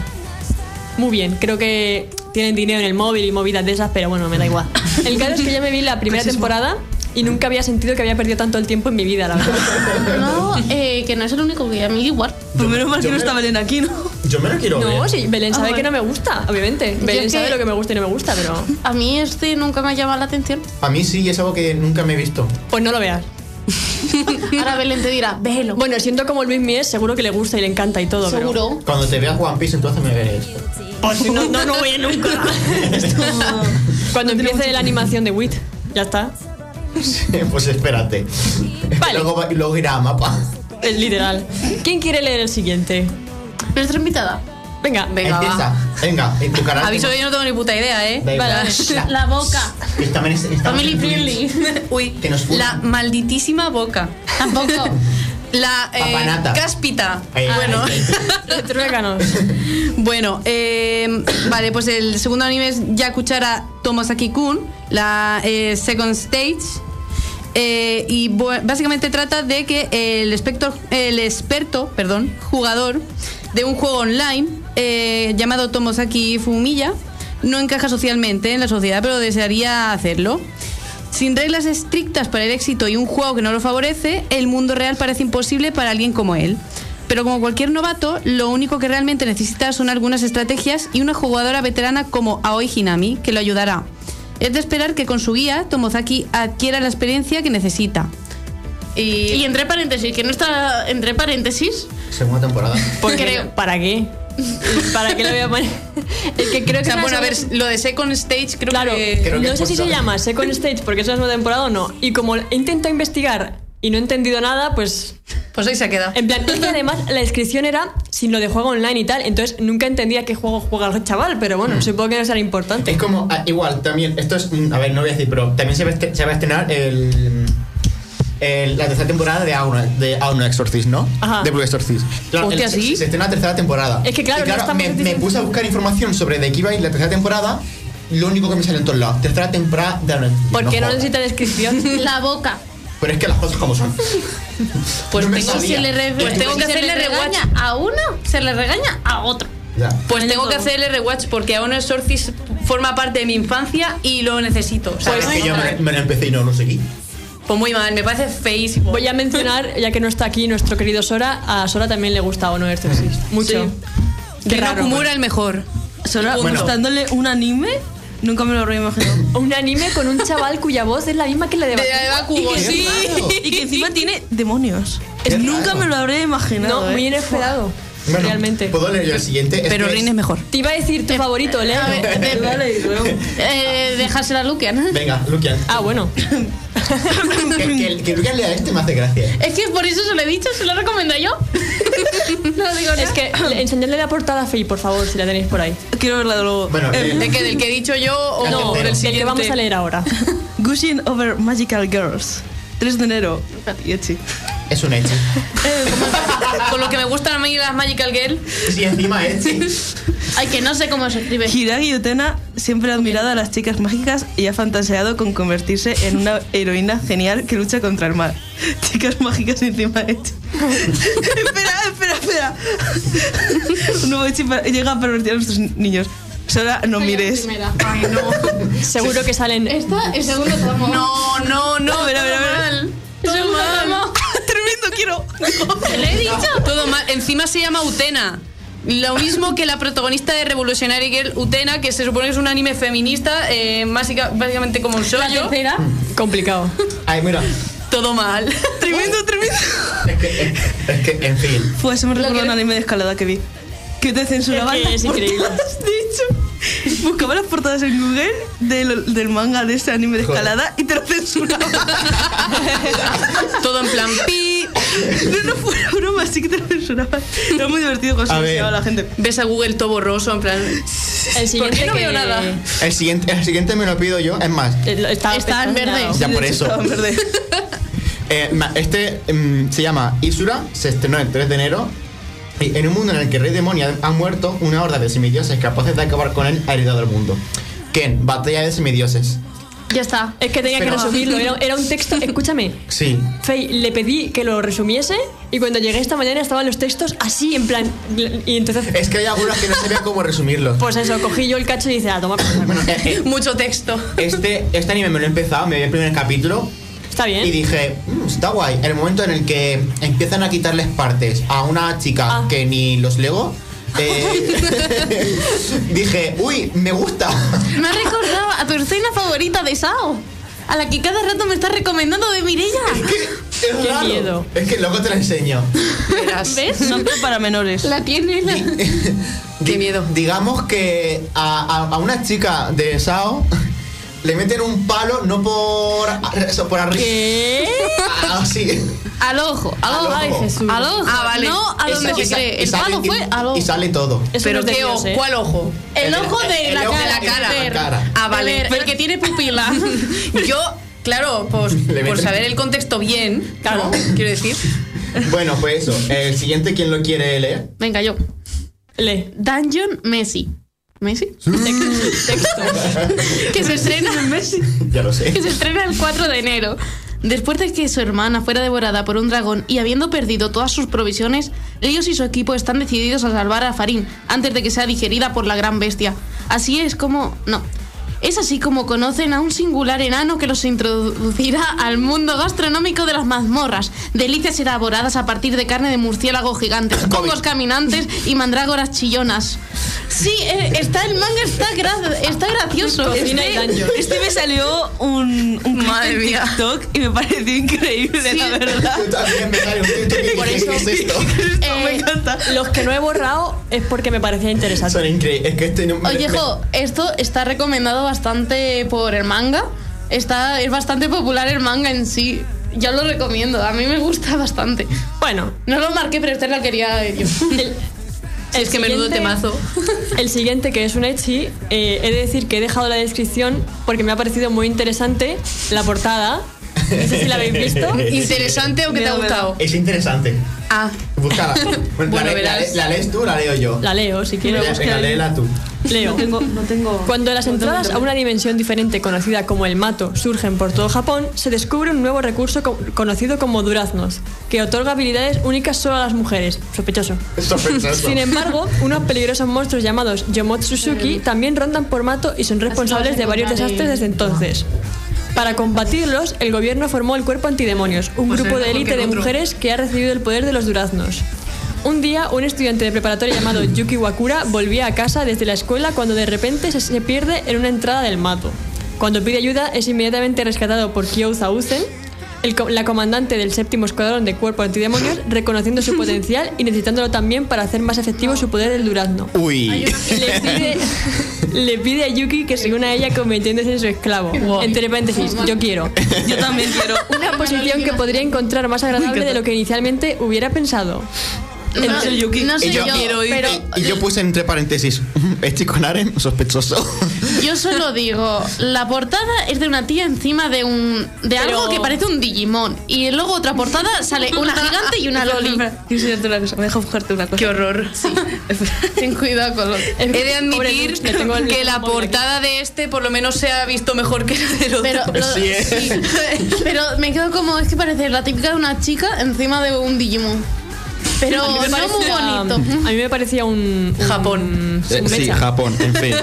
Speaker 4: Muy bien, creo que tienen dinero en el móvil y movidas de esas, pero bueno, me da igual. El caso es que yo me vi la primera temporada y nunca había sentido que había perdido tanto el tiempo en mi vida, la verdad.
Speaker 1: No, eh, que no es el único que a mí igual.
Speaker 2: Por Pues menos mal que
Speaker 3: yo
Speaker 2: no
Speaker 3: me-
Speaker 2: está Belén aquí, ¿no?
Speaker 3: Yo me lo quiero
Speaker 4: No,
Speaker 3: ver.
Speaker 4: sí, Belén sabe
Speaker 1: Ah,
Speaker 4: que no me gusta, obviamente. Belén
Speaker 1: es que-
Speaker 4: sabe lo que me gusta y no me gusta, pero...
Speaker 1: A mí este nunca me ha llamado la atención.
Speaker 3: A mí sí, es algo que nunca me he visto.
Speaker 4: Pues no lo veas.
Speaker 1: Ahora Belén te dirá, velo.
Speaker 4: Bueno, siento como Luis Mies, seguro que le gusta y le encanta y todo. pero-
Speaker 1: seguro.
Speaker 3: Cuando te veas One Piece, entonces me veréis.
Speaker 4: Pues no, no, no voy nunca. Cuando empiece la animación de Wit, ya está.
Speaker 3: pues espérate.
Speaker 4: Vale.
Speaker 3: Luego, va- luego irá a mapa.
Speaker 4: Es literal. ¿Quién quiere leer el siguiente?
Speaker 1: Nuestra invitada.
Speaker 4: Venga,
Speaker 5: Venga,
Speaker 3: Empieza.
Speaker 5: va.
Speaker 3: Venga, en tu canal.
Speaker 5: Aviso que yo no tengo ni puta idea, ¿eh?
Speaker 3: Da igual.
Speaker 4: Vale,
Speaker 5: La-
Speaker 1: La boca.
Speaker 3: Que también es- estamos
Speaker 1: Family
Speaker 3: en Twitch.
Speaker 1: friendly.
Speaker 5: Uy,
Speaker 3: Que nos funen.
Speaker 5: la malditísima boca.
Speaker 1: Tampoco.
Speaker 5: La eh,
Speaker 3: Papanata.
Speaker 5: cáspita.
Speaker 3: Eh,
Speaker 5: bueno,
Speaker 3: eh,
Speaker 4: truécanos.
Speaker 5: bueno eh, vale, pues el segundo anime es Yakuchara Tomosaki-kun, la eh, Second Stage. Eh, y bu- básicamente trata de que el, espectro- el experto perdón, jugador de un juego online eh, llamado Tomosaki Fumiya no encaja socialmente en la sociedad, pero desearía hacerlo. Sin reglas estrictas para el éxito y un juego que no lo favorece, el mundo real parece imposible para alguien como él. Pero como cualquier novato, lo único que realmente necesita son algunas estrategias y una jugadora veterana como Aoi Hinami, que lo ayudará. Es de esperar que con su guía Tomozaki adquiera la experiencia que necesita.
Speaker 1: Y
Speaker 5: Y,
Speaker 1: entre paréntesis, que no está entre paréntesis.
Speaker 3: Segunda temporada.
Speaker 4: Porque-
Speaker 1: Creo.
Speaker 4: ¿Para qué? ¿Para qué lo voy a poner? Es que creo
Speaker 5: o
Speaker 4: que...
Speaker 5: sea,
Speaker 4: es
Speaker 5: bueno,
Speaker 4: la
Speaker 5: a ver,
Speaker 4: segunda-
Speaker 5: lo de Second Stage creo
Speaker 4: Claro,
Speaker 5: que...
Speaker 3: Creo que
Speaker 4: Eh, no sé si se
Speaker 3: pues-
Speaker 4: llama Second Stage porque es la segunda temporada o no. Y como he intentado investigar y no he entendido nada, pues
Speaker 5: Pues ahí se ha quedado.
Speaker 4: En plan, y que además la descripción era sin lo de juego online y tal, entonces nunca entendía qué juego juega el chaval, pero bueno, supongo que no será importante.
Speaker 3: Es como, ah, igual, también, esto es, mm, a ver, no voy a decir, pero también se va a, este- se va a estrenar el, el- la tercera temporada de Auna, de Auna Exorcist, ¿no?
Speaker 4: Ajá.
Speaker 3: De Blue Exorcist. Claro,
Speaker 5: Hostia,
Speaker 3: el-
Speaker 5: ¿sí?
Speaker 3: Se estrena la tercera temporada.
Speaker 4: Es que, claro,
Speaker 3: Y
Speaker 4: no estamos
Speaker 3: me, me
Speaker 4: diciendo-
Speaker 3: puse a buscar información sobre The Kiba y la tercera temporada, lo único que me sale en todos lados, tercera temporada de Auna Exorcist.
Speaker 4: Porque no
Speaker 3: jodas.
Speaker 4: necesita descripción.
Speaker 1: La boca.
Speaker 3: Pero es que las cosas como son.
Speaker 5: Pues
Speaker 3: No me
Speaker 5: tengo-
Speaker 3: sabía.
Speaker 1: Se le re-
Speaker 5: Pues tengo
Speaker 1: si
Speaker 5: que
Speaker 1: se
Speaker 5: hacerle
Speaker 1: le
Speaker 5: rewatch.
Speaker 1: regaña a uno, se le regaña a otro.
Speaker 3: Ya.
Speaker 5: Pues tengo
Speaker 1: Entonces,
Speaker 5: que hacerle rewatch porque aún Exorcist forma parte de mi infancia y lo necesito.
Speaker 3: Sabes
Speaker 5: ¿sabes?
Speaker 3: que yo me, me lo empecé y no lo seguí.
Speaker 5: Pues muy mal, me parece feísimo.
Speaker 4: Voy a mencionar, ya que no está aquí nuestro querido Sora, a Sora también le gusta o no Exorcist. Mucho. Qué
Speaker 5: Que no
Speaker 4: raro.
Speaker 5: Kumura el mejor.
Speaker 2: Sora,
Speaker 3: Bueno.
Speaker 2: gustándole un anime, nunca me lo habría imaginado.
Speaker 4: Un anime con un chaval cuya voz es la misma que la de
Speaker 5: De
Speaker 4: Bakugo.
Speaker 5: Bakugo,
Speaker 1: pues
Speaker 3: Qué
Speaker 5: Pues sí.
Speaker 3: raro.
Speaker 2: Y que encima tiene demonios.
Speaker 3: Qué
Speaker 2: Es- nunca
Speaker 3: raro.
Speaker 2: me lo habría imaginado.
Speaker 4: No,
Speaker 2: ¿eh?
Speaker 4: muy inesperado.
Speaker 3: Bueno,
Speaker 4: realmente.
Speaker 3: ¿Puedo leer yo el siguiente? Es
Speaker 5: Pero
Speaker 3: que es-
Speaker 5: Rin es mejor.
Speaker 4: Te iba a decir tu favorito, Leo.
Speaker 2: Vale, y luego-
Speaker 1: Eh, dejársela a Lucian.
Speaker 3: Venga, Lucian.
Speaker 4: Ah, bueno.
Speaker 3: que, que, que Lucian lea este me hace gracia.
Speaker 1: Es que por eso se lo he dicho, se lo recomiendo yo. no digo nada.
Speaker 4: Es que enseñadle la portada Fei, por favor, si la tenéis por ahí.
Speaker 2: Quiero verla de luego.
Speaker 3: Bueno,
Speaker 2: Eh,
Speaker 3: lee.
Speaker 5: ¿De qué? ¿Del que he dicho yo o
Speaker 3: No,
Speaker 5: del
Speaker 3: del
Speaker 4: El
Speaker 5: siguiente?
Speaker 4: que vamos a leer ahora.
Speaker 2: Gushing over magical girls. 3 de enero. Y echi.
Speaker 3: Es un Echi.
Speaker 5: Con lo que me gustan a mí las Magical Girl.
Speaker 3: Sí, encima Echi.
Speaker 1: Ay, que no sé cómo se escribe.
Speaker 2: Hiragi Utena siempre ha admirado a las chicas mágicas y ha fantaseado con convertirse en una heroína genial que lucha contra el mal. Chicas mágicas encima de Echi. espera, espera, espera. Un nuevo Echi pa- llega a pervertir a nuestros niños. Sora, no mires.
Speaker 1: Ay, no.
Speaker 4: Seguro que salen.
Speaker 1: Esta es segundo tramo.
Speaker 5: No, no, no.
Speaker 2: A ver, a ver, a ver.
Speaker 5: Todo mal. Todo
Speaker 2: Tremendo, quiero.
Speaker 1: ¿Te lo he dicho?
Speaker 5: mal. Todo mal. Encima se llama Utena. Lo mismo que la protagonista de Revolutionary Girl, Utena, que se supone que es un anime feminista, eh, básica- básicamente como un
Speaker 4: La
Speaker 5: shoujo.
Speaker 4: tercera. Complicado.
Speaker 3: Ay, mira.
Speaker 5: Todo mal.
Speaker 2: Tremendo, tremendo.
Speaker 3: Es que, es, es que, en fin.
Speaker 2: Pues me recordó un anime de escalada que vi. Que te censuraban
Speaker 4: Es que es
Speaker 2: las
Speaker 4: increíble.
Speaker 2: portadas, de hecho. Buscaba las portadas en Google del, del manga de ese anime de
Speaker 3: Joder.
Speaker 2: escalada y te lo censuraban.
Speaker 5: Todo en plan pi.
Speaker 2: no, no fuera broma, sí que te lo censuraban. Era muy divertido cuando
Speaker 3: A
Speaker 2: se lo
Speaker 3: ver.
Speaker 2: enseñaba a la gente.
Speaker 5: Ves a Google todo borroso, en plan.
Speaker 4: El siguiente
Speaker 5: no
Speaker 4: que
Speaker 5: veo nada?
Speaker 3: El siguiente, el siguiente me lo pido yo. Es más,
Speaker 4: Eh, lo- Está,
Speaker 1: Está en
Speaker 4: pezonado.
Speaker 1: verde.
Speaker 3: Ya
Speaker 2: De
Speaker 3: por
Speaker 2: hecho,
Speaker 3: eso.
Speaker 2: estaba en verde.
Speaker 3: Eh, ma- este mm, se llama Isura, se estrenó el 3 de enero. Y en un mundo en el que el rey demonio ha- ha muerto, una horda de semidioses capaces de acabar con él ha heredado el mundo. Ken, batalla de semidioses.
Speaker 1: Ya está.
Speaker 4: Es que tenía que
Speaker 3: Pero-
Speaker 4: resumirlo. Era, era un texto. Escúchame.
Speaker 3: Sí.
Speaker 4: Fey, le pedí que lo resumiese y cuando llegué esta mañana estaban los textos así, en plan. Y entonces.
Speaker 3: Es que hay algunos que no sabía cómo resumirlos.
Speaker 4: Pues eso, cogí yo el cacho y dice, ah, toma, por saco.
Speaker 3: Bueno, eh, eh,
Speaker 5: Mucho texto.
Speaker 3: este, este anime me lo he empezado, me vi el primer capítulo
Speaker 4: Está
Speaker 3: y
Speaker 4: bien.
Speaker 3: dije, "Mm, está guay. El momento en el que empiezan a quitarles partes a una chica
Speaker 4: Ah.
Speaker 3: que ni los lego, eh, dije, uy, me gusta.
Speaker 1: Me ha recordado a tu escena favorita de Sao. A la que cada rato me estás recomendando de Mirella.
Speaker 3: Es
Speaker 4: Qué
Speaker 3: raro.
Speaker 4: miedo.
Speaker 3: Es que luego te lo enseño.
Speaker 5: Verás.
Speaker 1: ¿Ves?
Speaker 2: Son para menores.
Speaker 1: La tienes. La...
Speaker 5: Qué
Speaker 3: Di-
Speaker 5: miedo.
Speaker 3: Digamos que a, a- a una chica de Sao le meten un palo no por, eso, por arriba.
Speaker 4: ¿Qué?
Speaker 3: Así.
Speaker 1: Al ojo. Al
Speaker 3: Al
Speaker 1: ojo.
Speaker 3: ojo. Ay,
Speaker 4: Jesús.
Speaker 1: Al ojo.
Speaker 5: Ah, vale.
Speaker 1: No a
Speaker 5: Eso.
Speaker 1: donde
Speaker 3: Y
Speaker 1: se
Speaker 3: sa-
Speaker 1: cree.
Speaker 3: y
Speaker 1: El
Speaker 3: sale-
Speaker 1: palo fue
Speaker 3: y-
Speaker 1: al ojo.
Speaker 3: Y sale todo.
Speaker 4: Eso
Speaker 5: Pero
Speaker 4: no es de
Speaker 5: qué
Speaker 4: Dios,
Speaker 5: ojo,
Speaker 4: ¿eh?
Speaker 5: ¿cuál ojo?
Speaker 1: El ojo de
Speaker 3: el
Speaker 1: la
Speaker 3: ojo de
Speaker 1: cara.
Speaker 3: la cara.
Speaker 1: Ver.
Speaker 3: Cara.
Speaker 5: Ah,
Speaker 1: A
Speaker 5: vale.
Speaker 1: ver,
Speaker 5: Porque tiene pupila. Yo, claro, pues,
Speaker 3: Le
Speaker 5: por
Speaker 3: meten-
Speaker 5: saber el contexto bien, claro, quiero decir.
Speaker 3: Bueno, pues eso. El siguiente, ¿quién lo quiere leer?
Speaker 1: Venga, yo.
Speaker 4: Le.
Speaker 1: Dungeon Messi. ¿Messi? que se estrena Messi.
Speaker 3: Ya lo sé.
Speaker 1: que se estrena el 4 de enero. Después de que su hermana fuera devorada por un dragón y habiendo perdido todas sus provisiones, ellos y su equipo están decididos a salvar a Farin antes de que sea digerida por la gran bestia. Así es como... No. Es así como conocen a un singular enano que los introducirá al mundo gastronómico de las mazmorras. Delicias elaboradas a partir de carne de murciélago gigantes,
Speaker 3: Covid.
Speaker 1: cocos caminantes y mandrágoras chillonas. Sí, eh, está el manga está, gra- está gracioso.
Speaker 4: Cocina y
Speaker 1: Este-
Speaker 4: daño.
Speaker 2: Este me salió un, un clip
Speaker 5: Madre
Speaker 2: en
Speaker 5: mía.
Speaker 2: TikTok y me pareció increíble,
Speaker 1: Sí.
Speaker 2: la verdad.
Speaker 3: Yo también me sale un texto que
Speaker 5: Por
Speaker 3: dije,
Speaker 5: eso-
Speaker 3: ¿qué es esto?
Speaker 1: Eh,
Speaker 2: me encanta.
Speaker 4: Los que no he borrado es porque me parecía interesante.
Speaker 3: Son increíbles. Es que este no me-
Speaker 1: Oye,
Speaker 3: me-
Speaker 1: jo, esto está recomendado bastante por el manga. Está, es bastante popular el manga en sí. Yo lo recomiendo, a mí me gusta bastante.
Speaker 4: Bueno,
Speaker 1: No lo marqué, pero este lo quería yo.
Speaker 4: el,
Speaker 5: Es que menudo
Speaker 4: siguiente-
Speaker 5: temazo.
Speaker 4: El siguiente, que es un Echi, eh, he de decir que he dejado la descripción porque me ha parecido muy interesante la portada. No sé si la habéis visto.
Speaker 5: Interesante o que te ha
Speaker 4: Miedo me da.
Speaker 5: gustado.
Speaker 3: Es interesante.
Speaker 5: Ah,
Speaker 3: Búscala. Bueno,
Speaker 5: Bueno,
Speaker 3: la, le- la
Speaker 5: verás.
Speaker 3: le- la lees tú o la leo yo?
Speaker 4: La leo, si quiero.
Speaker 3: Venga, venga, léela tú.
Speaker 4: Leo.
Speaker 2: No tengo.
Speaker 4: Cuando las entradas a una dimensión diferente conocida como el mato surgen por todo Japón, se descubre un nuevo recurso co- conocido como duraznos, que otorga habilidades únicas solo a las mujeres. Sospechoso.
Speaker 3: Sospechoso.
Speaker 4: Sin em- embargo, unos peligrosos monstruos llamados Yomotsuzuki también rondan por Mato y son responsables de varios desastres desde entonces. Para combatirlos, el gobierno formó el Cuerpo Antidemonios, un
Speaker 5: Pues
Speaker 4: grupo
Speaker 5: era
Speaker 4: de élite
Speaker 5: cualquier
Speaker 4: de
Speaker 5: otro.
Speaker 4: mujeres que ha recibido el poder de los duraznos. Un día, un estudiante de preparatoria llamado Yuki Wakura volvía a casa desde la escuela cuando de repente se, se pierde en una entrada del mato. Cuando pide ayuda, es inmediatamente rescatado por Kyouza Uzen, el co- la comandante del séptimo escuadrón de cuerpo antidemonios, reconociendo su potencial y necesitándolo también para hacer más efectivo su poder del durazno.
Speaker 3: Uy.
Speaker 4: Le pide, le pide a Yuki que se una a ella convirtiéndose en su esclavo. Entre paréntesis, yo quiero.
Speaker 2: Yo también quiero.
Speaker 4: Una posición que podría encontrar más agradable de lo que inicialmente hubiera pensado.
Speaker 2: El
Speaker 1: No,
Speaker 2: Tsuyuki.
Speaker 1: no sé
Speaker 3: Y yo,
Speaker 1: yo, pero
Speaker 3: y- y yo puse entre paréntesis, este con Aren, sospechoso.
Speaker 1: yo solo digo, la portada es de una tía encima de un de algo que parece un Digimon y luego otra portada sale una gigante y una loli.
Speaker 2: Espera, quiero enseñarte una cosa. Me deja buscarte una cosa.
Speaker 5: Qué horror.
Speaker 1: Ten cuidado con lo
Speaker 5: He de
Speaker 4: Pobre
Speaker 5: admitir
Speaker 4: Luz, que tengo el
Speaker 5: que la
Speaker 4: móvil aquí.
Speaker 5: portada de este por lo menos se ha visto mejor que la del otro.
Speaker 1: Pero, lo-
Speaker 3: Sí, ¿eh?
Speaker 1: sí. Pero me quedo como, es que parece la típica de una chica encima de un Digimon. Pero
Speaker 4: A mí
Speaker 1: no
Speaker 4: me parecía-
Speaker 1: muy bonito.
Speaker 4: A mí me parecía un. un-
Speaker 5: Japón.
Speaker 4: un
Speaker 3: Eh, sí,
Speaker 4: mecha.
Speaker 3: Japón, en fin.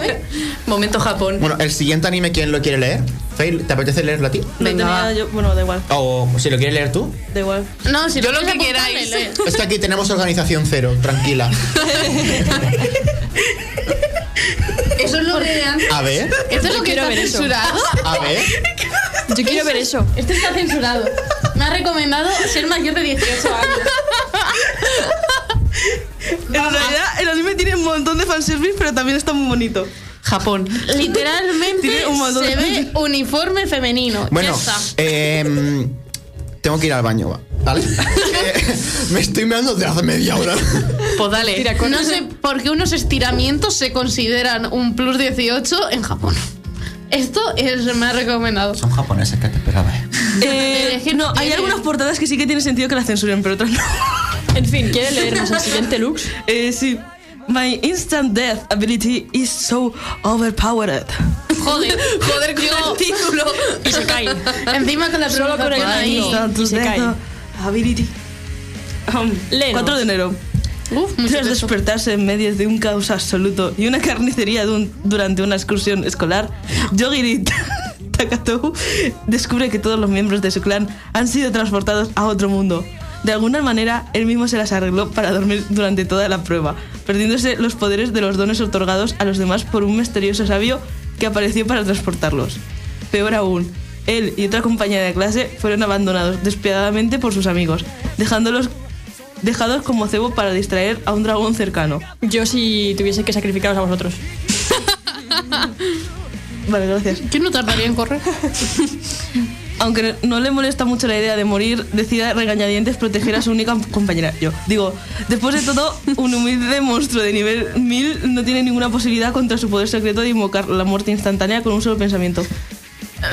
Speaker 5: Momento Japón.
Speaker 3: Bueno, el siguiente anime, ¿quién lo quiere leer? Fail, ¿te apetece leerlo a ti?
Speaker 2: No
Speaker 5: Venga,
Speaker 2: tenía
Speaker 5: va.
Speaker 2: yo- bueno, da igual,
Speaker 3: O si lo quieres leer tú.
Speaker 2: da igual.
Speaker 1: No, si
Speaker 5: Yo lo
Speaker 1: quieres
Speaker 5: que
Speaker 1: apuntar,
Speaker 5: queráis.
Speaker 1: me lees.
Speaker 3: Es que aquí tenemos organización cero, tranquila.
Speaker 5: Eso es lo de antes.
Speaker 3: A ver,
Speaker 1: Esto es
Speaker 4: Yo
Speaker 1: lo que
Speaker 4: quiero
Speaker 1: está
Speaker 4: ver eso.
Speaker 1: censurado.
Speaker 3: a ver.
Speaker 4: Yo quiero ver eso.
Speaker 1: Esto está censurado. Me ha recomendado ser mayor de 18 años.
Speaker 2: En realidad, el anime tiene un montón de fanservice, pero también está muy bonito.
Speaker 5: Japón.
Speaker 1: Literalmente
Speaker 2: Tiene un montón
Speaker 1: se
Speaker 2: de-
Speaker 1: ve uniforme femenino.
Speaker 3: Bueno,
Speaker 1: ya está.
Speaker 3: eh, tengo que ir al baño, va. ¿Vale? Eh, Me estoy mirando desde hace media hora.
Speaker 5: Pues dale.
Speaker 4: Tira con-
Speaker 1: No sé por qué unos estiramientos se consideran un plus 18 en Japón. Esto es, me ha recomendado.
Speaker 3: Son japoneses, que te esperaba? eh?
Speaker 2: Eh,
Speaker 1: Pero es que
Speaker 2: no, hay
Speaker 1: tiene-
Speaker 2: algunas portadas que sí que tiene sentido que las censuren, pero otras no.
Speaker 4: En fin, ¿quiere leernos el siguiente Lux?
Speaker 2: Eh, sí. My instant death ability is so overpowered.
Speaker 1: Joder,
Speaker 5: Joder con el título.
Speaker 4: Y se cae.
Speaker 1: encima con la
Speaker 4: Solo con el
Speaker 1: pronunciación ahí.
Speaker 4: título.
Speaker 2: Instant
Speaker 4: y se
Speaker 2: death ability. Um,
Speaker 4: Léenos.
Speaker 2: 4 de enero.
Speaker 1: Uf, mucho
Speaker 2: Tras
Speaker 1: texto.
Speaker 2: despertarse en medio de un caos absoluto y una carnicería de un- durante una excursión escolar, Yogiri Ta- Takatou descubre que todos los miembros de su clan han sido transportados a otro mundo. De alguna manera, él mismo se las arregló para dormir durante toda la prueba, perdiéndose los poderes de los dones otorgados a los demás por un misterioso sabio que apareció para transportarlos. Peor aún, él y otra compañera de clase fueron abandonados despiadadamente por sus amigos, dejándolos dejados como cebo para distraer a un dragón cercano.
Speaker 4: Yo si tuviese que sacrificaros a vosotros.
Speaker 2: Vale, gracias.
Speaker 1: ¿Quién no tardaría en correr?
Speaker 2: Aunque no le molesta mucho la idea de morir, decide regañadientes proteger a su única compañera. Yo digo, después de todo, un humilde monstruo de nivel 1000 no tiene ninguna posibilidad contra su poder secreto de invocar la muerte instantánea con un solo pensamiento.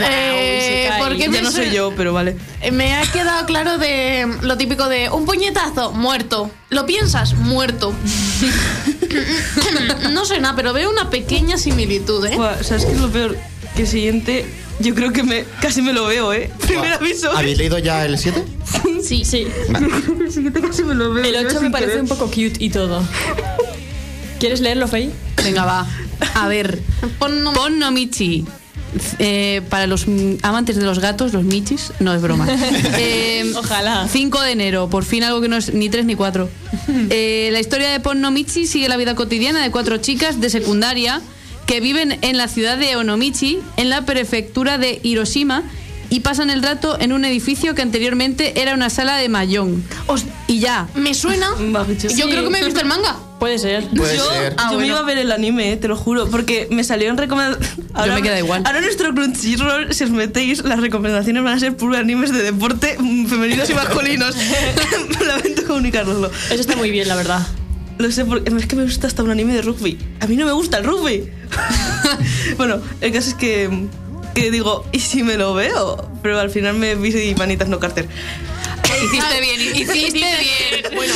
Speaker 1: Eh,
Speaker 4: cae.
Speaker 1: ¿por qué
Speaker 2: Ya
Speaker 1: me
Speaker 2: no soy
Speaker 1: suena-
Speaker 2: yo, pero vale.
Speaker 1: Eh, Me ha quedado claro de mm, lo típico de un puñetazo, muerto. ¿Lo piensas? Muerto. no sé nada, pero veo una pequeña similitud, ¿eh?
Speaker 2: Buah, ¿Sabes qué es lo peor? Que el siguiente, yo creo que me, casi me lo veo, ¿eh? Primer aviso.
Speaker 3: ¿Habéis leído ya el 7?
Speaker 4: Sí. Sí.
Speaker 2: El siguiente casi me lo veo.
Speaker 4: El
Speaker 2: yo
Speaker 4: 8 me
Speaker 2: sin
Speaker 4: parece
Speaker 2: querer.
Speaker 4: un poco cute y todo. ¿Quieres leerlo, Fey?
Speaker 5: Venga, va. A ver.
Speaker 1: Pon nom-
Speaker 5: Pon no Michi. Eh, para los mm, amantes de los gatos, los michis, no es broma. Eh,
Speaker 4: Ojalá.
Speaker 5: 5 de enero, por fin algo que no es ni 3 ni 4. la historia de Ponnomichi sigue la vida cotidiana de cuatro chicas de secundaria que viven en la ciudad de Onomichi, en la prefectura de Hiroshima, y pasan el rato en un edificio que anteriormente era una sala de mayón.
Speaker 1: Os-
Speaker 5: Y ya.
Speaker 1: me suena.
Speaker 2: Vale,
Speaker 1: Yo creo que me he visto el manga.
Speaker 4: Puede ser.
Speaker 3: Puede
Speaker 2: yo
Speaker 3: ser.
Speaker 2: yo me iba a ver el anime, eh, te lo juro, porque me salió en recomendación.
Speaker 5: me queda igual.
Speaker 2: Ahora nuestro Crunchyroll, si os metéis, las recomendaciones van a ser puros animes de deporte mm, femeninos y masculinos. Lamento comunicaroslo.
Speaker 4: Eso está muy bien, la verdad.
Speaker 2: Lo sé, porque es que me gusta hasta un anime de rugby. A mí no me gusta el rugby. bueno, el caso es que, que digo, ¿y si me lo veo? Pero al final me vi manitas no Carter.
Speaker 5: Hiciste bien, hiciste bien. Bueno,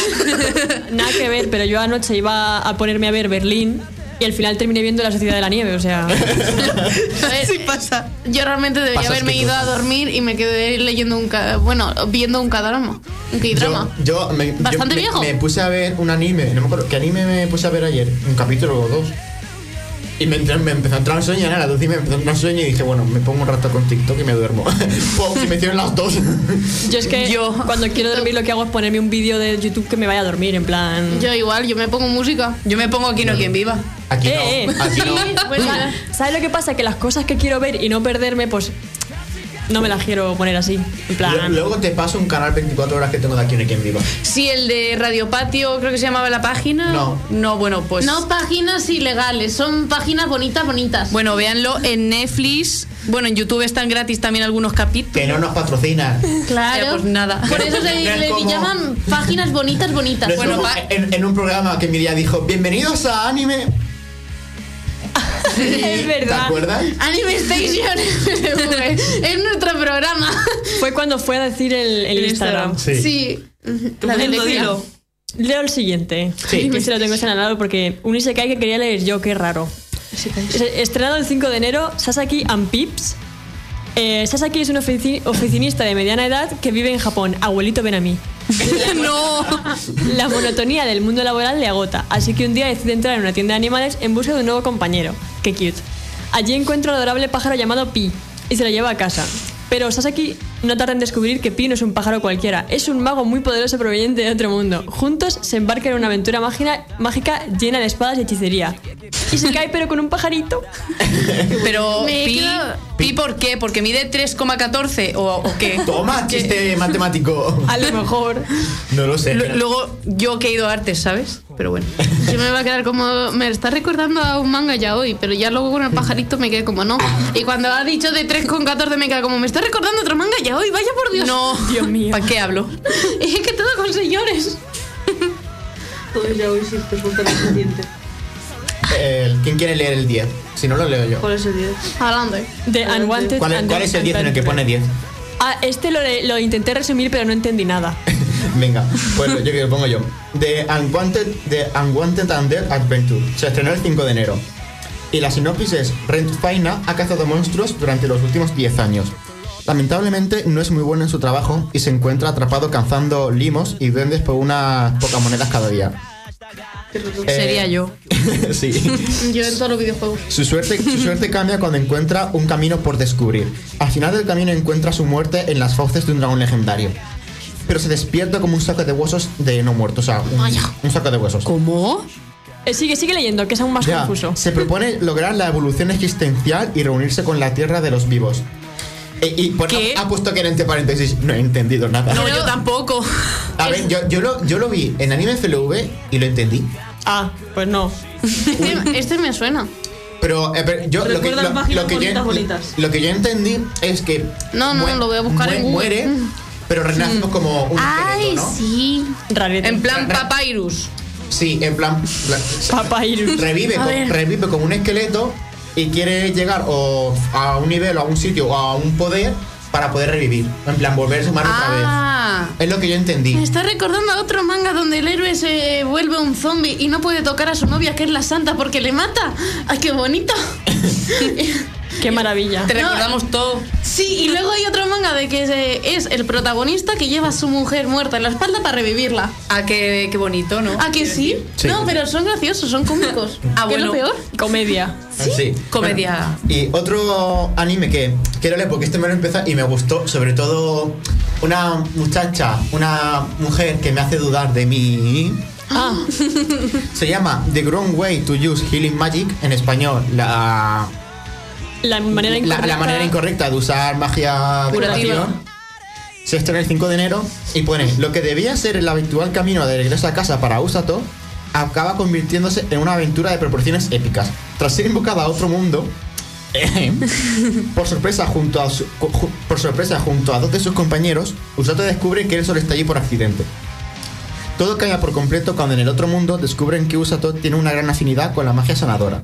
Speaker 4: Nada que ver, pero yo anoche iba a ponerme a ver Berlín y al final terminé viendo La Sociedad de la Nieve, o sea...
Speaker 1: A ver, eh,
Speaker 2: Sí pasa.
Speaker 1: Yo realmente debería
Speaker 3: Pasas
Speaker 1: haberme
Speaker 3: que
Speaker 1: ido a
Speaker 3: cosas.
Speaker 1: dormir y me quedé leyendo un ca- bueno, viendo un cadrama, un
Speaker 3: Yo,
Speaker 1: k
Speaker 3: yo me, yo
Speaker 1: Bastante
Speaker 3: me-
Speaker 1: viejo.
Speaker 3: me puse a ver un anime, no me acuerdo, ¿qué anime me puse a ver ayer? Un capítulo o dos. Y me, entré- me empezó a entrar un sueño, era a las 12 y me empezó a entrar un sueño y dije, bueno, me pongo un rato con TikTok y me duermo. Pum, se me hicieron las dos.
Speaker 4: Yo es que
Speaker 5: Yo.
Speaker 4: cuando quiero dormir lo que hago es ponerme un vídeo de YouTube que me vaya a dormir, en plan...
Speaker 1: Yo igual, yo me pongo música.
Speaker 5: yo me pongo aquí no hay quien viva.
Speaker 3: Aquí
Speaker 4: Eh, eh.
Speaker 3: no, aquí no.
Speaker 1: Bueno, pues-
Speaker 4: ¿Sabes lo que pasa? Que las cosas que quiero ver y no perderme, pues... No me las quiero poner así, en
Speaker 3: Lu-
Speaker 4: plan...
Speaker 3: Luego te paso un canal 24 horas que tengo de aquí no hay quien viva.
Speaker 5: Sí, el de Radio Patio, creo que se llamaba la página.
Speaker 3: No.
Speaker 5: No, bueno, pues.
Speaker 1: no páginas ilegales, son páginas bonitas, bonitas.
Speaker 5: Bueno, véanlo en Netflix. Bueno, en YouTube están gratis también algunos capítulos.
Speaker 3: Que no nos patrocinan.
Speaker 1: Claro.
Speaker 5: Ya, pues nada.
Speaker 1: Por eso
Speaker 3: No
Speaker 1: se
Speaker 3: es
Speaker 1: le
Speaker 3: como-
Speaker 1: llaman páginas bonitas, bonitas.
Speaker 3: No es
Speaker 1: bueno,
Speaker 3: como
Speaker 1: pa-
Speaker 3: en, en un programa que Miria dijo, bienvenidos a anime.
Speaker 4: Es
Speaker 3: ¿Te
Speaker 4: verdad.
Speaker 3: acuerdas?
Speaker 1: Anime Station es nuestro programa.
Speaker 4: Fue cuando fue a decir el, el
Speaker 5: El
Speaker 4: Instagram.
Speaker 5: Instagram.
Speaker 1: Sí. La de
Speaker 2: Dilo,
Speaker 1: Alexia.
Speaker 2: dilo.
Speaker 4: Leo el siguiente.
Speaker 3: Sí.
Speaker 4: Que se lo tengo señalado porque un Isekai que quería leer yo, qué raro. Se- Estrenado el 5 de enero, Sasaki and Pips. Eh, Sasaki es un ofici- oficinista de mediana edad que vive en Japón. Abuelito, ven a mí.
Speaker 5: no.
Speaker 4: La monotonía del mundo laboral le agota, así que un día decide entrar en una tienda de animales en busca de un nuevo compañero. Qué cute. Allí encuentra al adorable pájaro llamado Pi y se lo lleva a casa. Pero Sasaki no tarda en descubrir que Pi no es un pájaro cualquiera, es un mago muy poderoso proveniente de otro mundo. Juntos se embarcan en una aventura mágina- mágica llena de espadas y hechicería. Y se cae pero con un pajarito.
Speaker 5: Pero
Speaker 1: Me he
Speaker 5: pi,
Speaker 1: quedado-
Speaker 5: pi por qué? Porque mide 3,14 o, o qué?
Speaker 3: Toma, chiste matemático.
Speaker 4: A lo mejor.
Speaker 3: No lo sé.
Speaker 5: Lu- Luego yo que he ido a artes, ¿sabes? Pero bueno.
Speaker 1: Yo me va a quedar como. Me está recordando a un manga ya hoy, pero ya luego con el pajarito me quedé como no. Y cuando ha dicho de 3,14 me queda como, me está recordando otro manga ya hoy, vaya por Dios.
Speaker 5: No,
Speaker 4: Dios mío.
Speaker 5: ¿Para qué hablo?
Speaker 1: Y es que todo con señores.
Speaker 6: Pues ya voy si te suelta el siguiente.
Speaker 3: Eh, ¿Quién quiere leer el 10? Si no, lo leo yo.
Speaker 6: ¿Cuál es el 10?
Speaker 1: Hablando.
Speaker 4: The Unwanted
Speaker 3: ¿Cuál,
Speaker 4: and
Speaker 3: cuál es el 10 en el que pone 10?
Speaker 4: Ah, este lo, lo intenté resumir pero no entendí nada.
Speaker 3: Venga, pues yo que lo pongo yo. The Unwanted, The Unwanted and Dead Adventure. Se estrenó el 5 de enero. Y la sinopsis es, Rent Faina ha cazado monstruos durante los últimos 10 años. Lamentablemente no es muy bueno en su trabajo y se encuentra atrapado cazando limos y duendes por unas pocas monedas cada día. Eh,
Speaker 5: Sería yo.
Speaker 3: sí.
Speaker 1: Yo en todos los videojuegos.
Speaker 3: Su suerte, su suerte cambia cuando encuentra un camino por descubrir. Al final del camino encuentra su muerte en las fauces de un dragón legendario. Pero se despierta como un saco de huesos de no muertos. O sea, un, un saco de huesos.
Speaker 5: ¿Cómo?
Speaker 4: Eh, sigue, sigue leyendo, que es aún más
Speaker 3: Ya,
Speaker 4: confuso.
Speaker 3: se propone lograr la evolución existencial y reunirse con la tierra de los vivos. E- y por,
Speaker 5: ¿Qué?
Speaker 3: Ha, ha puesto que era entre paréntesis. No he entendido nada.
Speaker 5: No, yo tampoco.
Speaker 3: A ver, yo, yo lo, yo lo vi en Anime FLV y lo entendí.
Speaker 4: Ah, pues no.
Speaker 1: Este, este me suena.
Speaker 3: Pero, eh, pero yo lo que,
Speaker 6: Recuerdas
Speaker 3: lo-
Speaker 6: páginas
Speaker 3: lo que yo,
Speaker 6: bonitas, bonitas.
Speaker 3: lo que yo entendí es que
Speaker 1: No, no,
Speaker 3: mue-
Speaker 1: lo voy a buscar en Google. Mm.
Speaker 3: muere, pero renace como un
Speaker 1: Ay,
Speaker 3: esqueleto, ¿no?
Speaker 1: sí.
Speaker 4: Rarete.
Speaker 5: En plan papyrus.
Speaker 3: Sí, en plan, plan-
Speaker 4: Papyrus.
Speaker 3: revive,
Speaker 1: A
Speaker 3: co-
Speaker 1: ver.
Speaker 3: revive como un esqueleto y quiere llegar o a un nivel o a un sitio o a un poder para poder revivir, en plan volverse humano otra
Speaker 5: Ah.
Speaker 3: vez. Es lo que yo
Speaker 1: Me
Speaker 3: entendí.
Speaker 1: está recordando a otro manga donde el héroe se vuelve un zombie y no puede tocar a su novia, que es la santa, porque le mata. ¡Ay, qué bonito!
Speaker 4: Qué maravilla.
Speaker 5: Te
Speaker 1: No.
Speaker 5: recordamos todo.
Speaker 1: Sí, y luego hay otro manga de que se- es el protagonista que lleva a su mujer muerta en la espalda para revivirla.
Speaker 5: Ah, qué, qué bonito, ¿no?
Speaker 1: ¿A que sí?
Speaker 3: Sí.
Speaker 1: No, pero son graciosos, son cómicos.
Speaker 5: Ah,
Speaker 1: ¿Qué es
Speaker 5: bueno.
Speaker 1: lo peor?
Speaker 4: Comedia.
Speaker 3: Sí.
Speaker 5: Comedia.
Speaker 3: Y otro anime que quiero leer porque este me lo empezó y me gustó, sobre todo una muchacha, una mujer que me hace dudar de mí.
Speaker 4: Ah,
Speaker 3: Se llama The Grown Way to Use Healing Magic en español, la,
Speaker 4: la manera
Speaker 3: la-
Speaker 4: incorrecta.
Speaker 3: la manera incorrecta de usar magia de
Speaker 5: Curativa.
Speaker 3: curación. Se estrena el 5 de enero y pone lo que debía ser el habitual camino de regreso a casa para Usato acaba convirtiéndose en una aventura de proporciones épicas. Tras ser invocada a otro mundo, eh, por sorpresa junto a su- co- ju- por sorpresa junto a dos de sus compañeros, Usato descubre que él solo está allí por accidente. Todo cambia por completo cuando en el otro mundo descubren que Usato tiene una gran afinidad con la magia sanadora.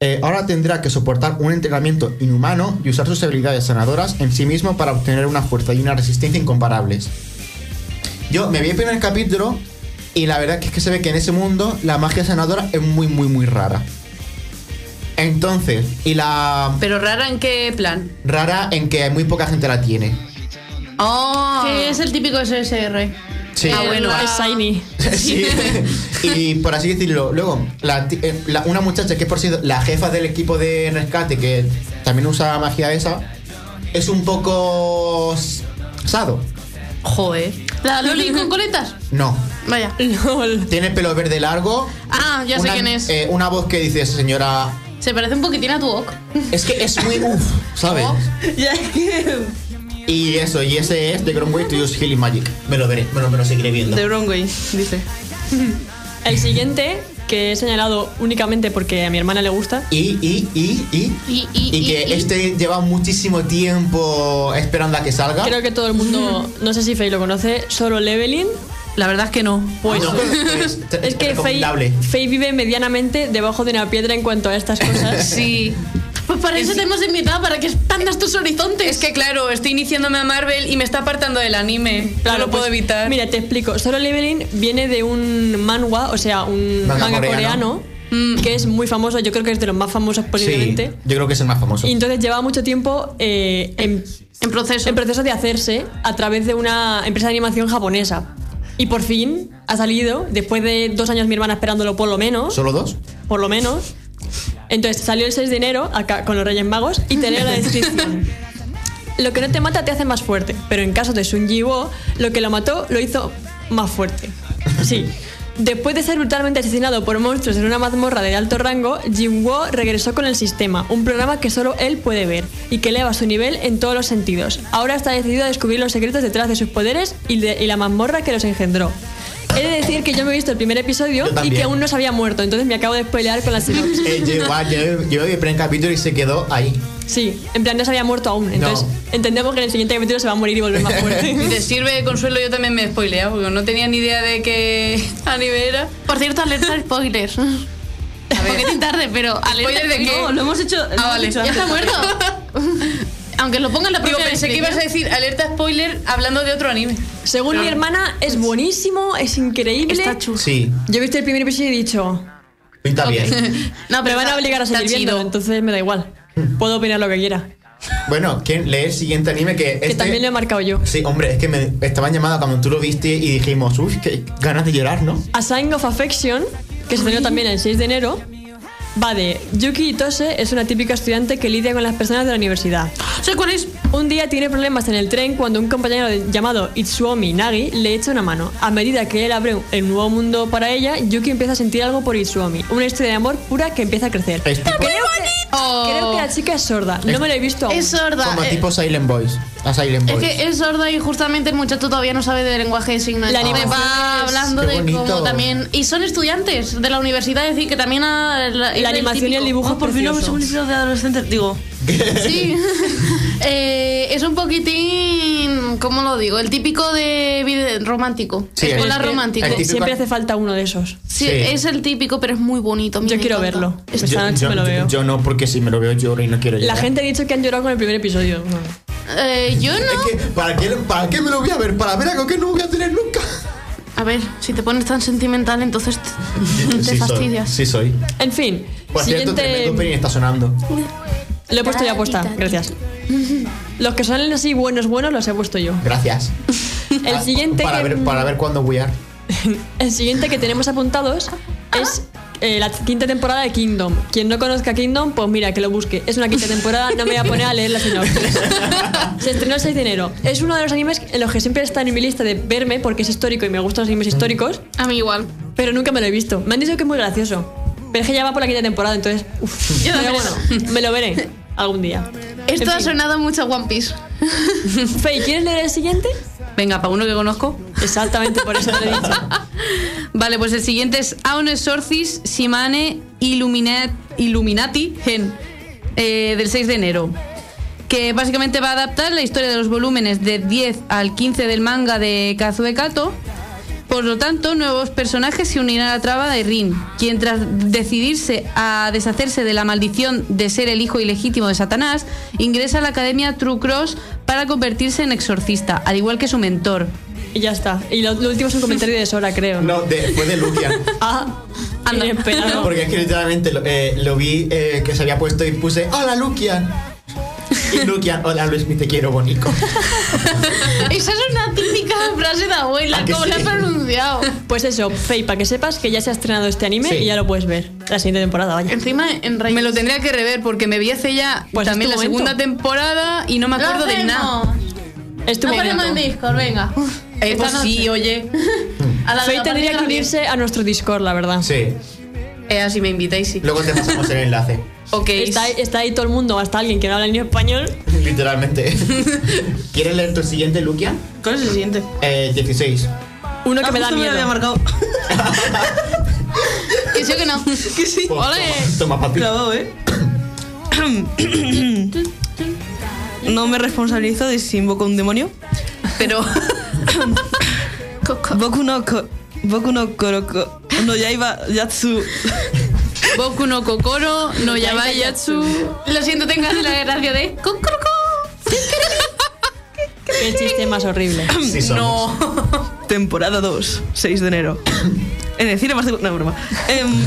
Speaker 3: Eh, ahora tendrá que soportar un entrenamiento inhumano y usar sus habilidades sanadoras en sí mismo para obtener una fuerza y una resistencia incomparables. Yo me vi el primer capítulo y la verdad que es que se ve que en ese mundo la magia sanadora es muy, muy, muy rara. Entonces, y la
Speaker 5: Pero rara en qué plan.
Speaker 3: rara en que muy poca gente la tiene.
Speaker 5: Oh.
Speaker 1: Que es el típico SSR.
Speaker 3: Sí.
Speaker 5: Ah, bueno.
Speaker 4: Es shiny.
Speaker 3: Sí. y por así decirlo, luego, la ti- eh, la- una muchacha que es por sido la jefa del equipo de rescate, que también usa magia esa, es un poco s- sado.
Speaker 5: Joder.
Speaker 1: ¿La Loli con coletas?
Speaker 3: No.
Speaker 1: Vaya.
Speaker 4: LOL.
Speaker 3: Tiene el pelo verde largo.
Speaker 1: Ah, ya sé
Speaker 3: una,
Speaker 1: quién es.
Speaker 3: eh, una voz que dice, señora...
Speaker 1: Se parece un poquitín a tu ok.
Speaker 3: Es que es muy uff, ¿sabes?
Speaker 2: Ya que.
Speaker 3: Y eso, y ese es The Grown Way to Use Healing Magic. Me lo veré, me lo, me lo seguiré viendo.
Speaker 2: The wrong way, dice.
Speaker 4: El siguiente que he señalado únicamente porque a mi hermana le gusta.
Speaker 3: Y, y, y, y.
Speaker 1: Y- y-
Speaker 3: Y que
Speaker 1: y- y.
Speaker 3: este lleva muchísimo tiempo esperando a que salga.
Speaker 4: Creo que todo el mundo,
Speaker 1: Mm.
Speaker 4: no sé si Faye lo conoce, solo Leveling.
Speaker 5: La verdad es que no.
Speaker 4: Pues
Speaker 3: No, pues,
Speaker 4: es que Faye,
Speaker 3: recomendable.
Speaker 4: Faye vive medianamente debajo de una piedra en cuanto a estas cosas.
Speaker 5: Sí.
Speaker 1: Pues para eso te hemos invitado, para que expandas tus horizontes.
Speaker 5: Es que claro, estoy iniciándome a Marvel y me está apartando del anime. no lo
Speaker 4: pues,
Speaker 5: puedo evitar.
Speaker 4: Mira, te explico. Solo Leveling viene de un manhwa, o sea, un
Speaker 3: Manga
Speaker 4: manga,
Speaker 3: coreano.
Speaker 4: coreano,
Speaker 5: Mm.
Speaker 4: que es muy famoso. Yo creo que es de los más famosos
Speaker 3: Sí,
Speaker 4: posiblemente.
Speaker 3: yo creo que es el más famoso.
Speaker 4: Y entonces lleva mucho tiempo eh, en,
Speaker 1: En proceso.
Speaker 4: en proceso de hacerse a través de una empresa de animación japonesa. Y por fin ha salido, después de dos años mi hermana esperándolo por lo menos.
Speaker 3: ¿Solo dos?
Speaker 4: por lo menos. Entonces salió el 6 de enero acá con los Reyes Magos y tenía la descripción. Lo que no te mata te hace más fuerte, pero en caso de Sun Jiwo, lo que lo mató lo hizo más fuerte. Sí. Después de ser brutalmente asesinado por monstruos en una mazmorra de alto rango, Jinwo regresó con el sistema, un programa que solo él puede ver y que eleva su nivel en todos los sentidos. Ahora está decidido a descubrir los secretos detrás de sus poderes y, de- y la mazmorra que los engendró. He de decir que yo me he visto el primer episodio
Speaker 3: Yo
Speaker 4: y
Speaker 3: también.
Speaker 4: que aún no se había muerto, entonces me acabo de spoilear con la sinopsis.
Speaker 3: Eh, yo igual, yo, yo vi el primer capítulo y se quedó ahí.
Speaker 4: Sí, en plan no se había muerto aún, entonces
Speaker 3: No.
Speaker 4: entendemos que en el siguiente capítulo se va a morir y volver más
Speaker 5: Te
Speaker 4: fuerte.
Speaker 5: sirve de consuelo, yo también me he spoileado, porque no tenía ni idea de qué anime era.
Speaker 1: Por cierto, alerta spoiler. Un poquitín tarde, pero alerta
Speaker 5: ¿Spoiler de qué? Ah,
Speaker 1: No,
Speaker 6: Lo hemos hecho. lo hemos
Speaker 5: vale.
Speaker 6: hecho
Speaker 1: Ah, Ya
Speaker 6: antes.
Speaker 1: está muerto. Aunque lo ponga en la
Speaker 5: Digo,
Speaker 1: propia
Speaker 5: pensé que ibas a
Speaker 1: descripción.
Speaker 5: decir alerta spoiler hablando de otro anime.
Speaker 4: Según mi hermana, es buenísimo, es increíble.
Speaker 1: Está chulo.
Speaker 3: Sí,
Speaker 4: Yo he visto el primer episodio y he dicho,
Speaker 3: y está bien.
Speaker 1: No,
Speaker 4: me
Speaker 1: pero
Speaker 4: van a
Speaker 1: está-
Speaker 4: obligar a
Speaker 1: está
Speaker 4: seguir viendo,
Speaker 1: chido.
Speaker 4: entonces me da igual. Puedo opinar lo que quiera,
Speaker 3: Bueno, ¿quién lee el siguiente anime que este?
Speaker 4: que también lo he marcado yo.
Speaker 3: Sí, hombre, es que me estaban llamada cuando tú lo viste y dijimos, uff, qué ganas de llorar, ¿no?
Speaker 4: A Sign of Affection, que se estrenó también el 6 de enero, va de Yuki Itose es una típica estudiante que lidia con las personas de la universidad.
Speaker 1: Sé cuál es.
Speaker 4: Un día tiene problemas en el tren cuando un compañero de- llamado Itsuomi Nagi le echa una mano. A medida que él abre un- el nuevo mundo para ella, Yuki empieza a sentir algo por Itsuomi, una historia de amor pura que empieza a crecer.
Speaker 3: Es tipo,
Speaker 4: Creo que, creo que la chica es sorda, no me la he visto aún.
Speaker 1: Es sorda.
Speaker 3: como
Speaker 1: Eh,
Speaker 3: tipo Silent Boys. A Silent
Speaker 1: Es
Speaker 3: Boys.
Speaker 1: que es sorda y justamente el muchacho todavía no sabe de lenguaje de signos.
Speaker 4: La animación
Speaker 1: va
Speaker 4: es-
Speaker 1: hablando
Speaker 3: Qué
Speaker 1: de
Speaker 3: bonito.
Speaker 1: cómo también. Y son estudiantes de la universidad, es decir, que también. a- la, es
Speaker 4: La
Speaker 1: del
Speaker 4: animación y
Speaker 1: típico-
Speaker 4: el
Speaker 1: Ah,
Speaker 4: dibujo
Speaker 6: Por fin lo hemos publicado de adolescentes. Digo,
Speaker 1: Sí. Eh, es un poquitín. ¿Cómo lo digo? El típico de vide- romántico.
Speaker 3: Sí,
Speaker 1: Escolar
Speaker 3: es-
Speaker 1: romántico.
Speaker 3: el típico-
Speaker 4: Siempre hace falta uno de esos.
Speaker 1: Sí,
Speaker 3: Sí.
Speaker 1: es el típico, pero es muy bonito. a mí
Speaker 4: Yo
Speaker 1: me
Speaker 4: quiero
Speaker 1: encanta.
Speaker 4: verlo.
Speaker 1: Es-
Speaker 4: Esta noche me lo veo.
Speaker 3: yo no, porque si me lo veo lloro y no quiero llorar.
Speaker 4: La gente ha dicho que han llorado con el primer episodio.
Speaker 1: eh, yo no.
Speaker 3: Es que, ¿para qué, ¿para qué me lo voy a ver? Para ver algo que no voy a tener nunca.
Speaker 1: A ver, si te pones tan sentimental, entonces t- te fastidias.
Speaker 3: Soy, sí, soy.
Speaker 4: En fin,
Speaker 3: Por cierto,
Speaker 4: siguiente.
Speaker 3: tremendo Penny está sonando.
Speaker 4: Lo he puesto ya puesta, gracias. Los que salen así buenos, buenos, los he puesto yo.
Speaker 3: Gracias.
Speaker 4: El
Speaker 3: Ah,
Speaker 4: siguiente
Speaker 3: Para
Speaker 4: que-
Speaker 3: ver, para ver cuándo voy a.
Speaker 4: El siguiente que tenemos apuntados es eh, la quinta temporada de Kingdom. Quien no conozca Kingdom, pues mira, que lo busque. Es una quinta temporada, no me voy a poner a leer las sinopsis. Se estrenó el 6 de enero. Es uno de los animes en los que siempre está en mi lista de verme porque es histórico y me gustan los animes históricos,
Speaker 1: A mí igual.
Speaker 4: pero nunca me lo he visto. Me han dicho que es muy gracioso. Pero es que ya va por la quinta temporada, entonces... uf.
Speaker 1: Yo no
Speaker 4: Pero
Speaker 1: creo.
Speaker 4: bueno, me lo veré algún día.
Speaker 1: Esto
Speaker 4: En
Speaker 1: ha
Speaker 4: fin.
Speaker 1: sonado mucho a One Piece.
Speaker 4: Faye, ¿quieres leer el siguiente?
Speaker 5: Venga, para uno que conozco.
Speaker 4: Exactamente por eso te lo he dicho.
Speaker 5: Vale, pues el siguiente es Aun Exorcis Simane Illumina- Illuminati Gen, eh, del 6 de enero. Que básicamente va a adaptar la historia de los volúmenes de 10 al 15 del manga de Kazue Kato. Por lo tanto, nuevos personajes se unirán a la traba de Rin, quien tras decidirse a deshacerse de la maldición de ser el hijo ilegítimo de Satanás, ingresa a la Academia True Cross para convertirse en exorcista, al igual que su mentor.
Speaker 4: Y ya está. Y lo, lo último es un comentario de Sora, creo.
Speaker 3: No, después de Lucian.
Speaker 4: Ah,
Speaker 5: Anda.
Speaker 4: inesperado.
Speaker 3: Porque es que literalmente lo, eh, lo vi eh, que se había puesto y puse ¡Hola, Lucian! Y Lucian, hola Luis, mi te quiero, bonito.
Speaker 1: Esa es una típica frase de abuela,
Speaker 3: ¿A que
Speaker 1: como la
Speaker 3: sí?
Speaker 1: he pronunciado.
Speaker 4: Pues eso, Fey, para que sepas que ya se ha estrenado este anime
Speaker 3: Sí.
Speaker 4: y ya lo puedes ver. La siguiente temporada, vaya.
Speaker 1: Encima, en Reyes.
Speaker 5: Me lo tendría que rever porque me vi hace ya
Speaker 4: Pues es
Speaker 5: también
Speaker 4: tu
Speaker 5: la
Speaker 4: momento.
Speaker 5: segunda temporada y no me
Speaker 1: Lo
Speaker 5: acuerdo de nada.
Speaker 1: hacemos.
Speaker 4: Es tu
Speaker 1: No
Speaker 4: momento.
Speaker 1: ponemos en Discord, venga.
Speaker 5: Eh,
Speaker 1: Esta
Speaker 5: pues sí,
Speaker 1: noche.
Speaker 5: oye.
Speaker 1: A la- a
Speaker 4: Fey
Speaker 1: la
Speaker 4: tendría
Speaker 1: partida
Speaker 4: que
Speaker 1: de las
Speaker 4: unirse a nuestro Discord, la verdad.
Speaker 3: Sí.
Speaker 5: Eh, así me invitáis, sí.
Speaker 3: Luego te pasamos el enlace.
Speaker 5: Ok.
Speaker 4: Está, ahí- está ahí todo el mundo, hasta alguien que no habla ni español.
Speaker 3: Literalmente. ¿Quieres leer tu siguiente, Lucian?
Speaker 6: ¿cuál es el siguiente?
Speaker 3: Eh, 16.
Speaker 4: Uno que
Speaker 6: Ah,
Speaker 4: me da
Speaker 6: justo me lo
Speaker 4: miedo.
Speaker 6: había marcado.
Speaker 1: Que sí o que no. Que sí.
Speaker 3: Pues
Speaker 1: Ole.
Speaker 3: Toma, toma, papi.
Speaker 2: Clavado, ¿eh? no me responsabilizo de si invoco un demonio.
Speaker 5: Pero.
Speaker 2: Boku no ko, Boku no koroko. No yaiba yatsu.
Speaker 5: Boku no Kokoro, no Yabai Yatsu.
Speaker 1: Lo siento, tengas la gracia de. ¡Cocoroco!
Speaker 4: Qué chiste más horrible.
Speaker 3: Sí, somos.
Speaker 5: No.
Speaker 2: Temporada 2, 6 de enero. en el cine más de... No, broma. Em,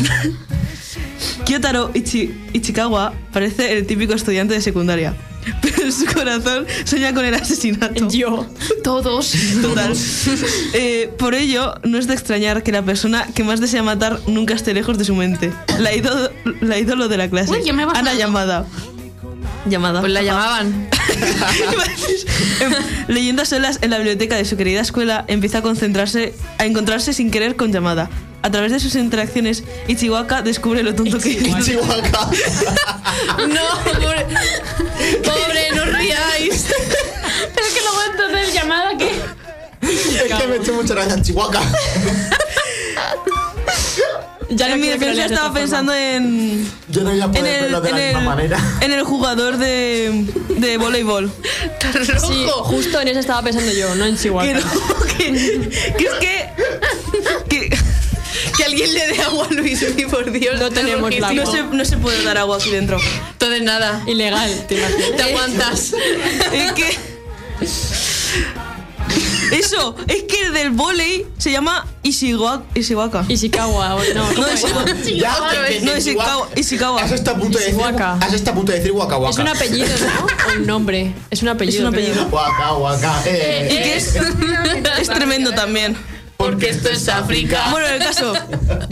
Speaker 2: Kyotaro Ichi- Ichikawa parece el típico estudiante de secundaria. Pero en su corazón sueña con el asesinato.
Speaker 4: Yo.
Speaker 1: Todos.
Speaker 5: Pues
Speaker 2: Total. Eh, por ello, no es de extrañar que la persona que más desea matar nunca esté lejos de su mente. La, ídolo- la ídolo de la clase.
Speaker 1: Uy, ya me he bajado.
Speaker 2: Ana llamada. Llamada.
Speaker 5: Pues la llamaban.
Speaker 2: Iba a decir, em, Leyendo a solas en la biblioteca de su querida escuela, empieza a concentrarse, a encontrarse sin querer con llamada. A través de sus interacciones, Ichiwaka descubre lo tonto que es.
Speaker 3: Chihuahua.
Speaker 5: No, pobre. Pobre, no os riáis.
Speaker 1: Pero es que luego entonces llamada que.
Speaker 3: es que me he hecho mucha gracia. Chihuahua.
Speaker 4: Ya no
Speaker 2: en mi
Speaker 4: quiero que lo
Speaker 2: defensa
Speaker 4: leas de
Speaker 2: estaba
Speaker 4: otra
Speaker 2: pensando
Speaker 4: forma.
Speaker 2: en,
Speaker 3: Yo no voy a
Speaker 2: en,
Speaker 3: poder
Speaker 2: el,
Speaker 3: verlo de
Speaker 2: en
Speaker 3: la misma
Speaker 2: el-
Speaker 3: manera.
Speaker 2: en el jugador de, de voleibol.
Speaker 4: Sí, justo en eso estaba pensando yo, no en
Speaker 2: que
Speaker 4: Chihuahua.
Speaker 2: no, que, que es que, que
Speaker 5: Que alguien le dé agua a Luis, por Dios.
Speaker 4: No tenemos
Speaker 5: Porque
Speaker 4: la
Speaker 5: si
Speaker 2: no,
Speaker 5: no
Speaker 4: agua.
Speaker 2: se, no se puede dar agua aquí dentro.
Speaker 5: Entonces nada.
Speaker 4: Ilegal, te imaginas.
Speaker 5: Te aguantas.
Speaker 2: Es que. Eso, es que el del volei se llama Ishiwa- Ishiwaka.
Speaker 4: Ishikawa, o- no,
Speaker 2: No,
Speaker 4: ¿cómo
Speaker 2: es-
Speaker 4: era?
Speaker 3: Ya,
Speaker 5: otra
Speaker 3: que-
Speaker 5: vez.
Speaker 3: que
Speaker 2: No,
Speaker 3: Chihuahua-
Speaker 2: Ishikawa. Ishikawa.
Speaker 3: Has estado a punto de decir.
Speaker 4: Chihuahua.
Speaker 3: Has estado a punto de decir Waka Waka.
Speaker 4: Es un apellido, ¿no? O un nombre. Es un apellido.
Speaker 2: Es un apellido.
Speaker 4: creo.
Speaker 3: Waka Waka. Eh,
Speaker 2: Y que es, es tremendo también.
Speaker 5: Porque esto es África.
Speaker 2: Bueno, el caso,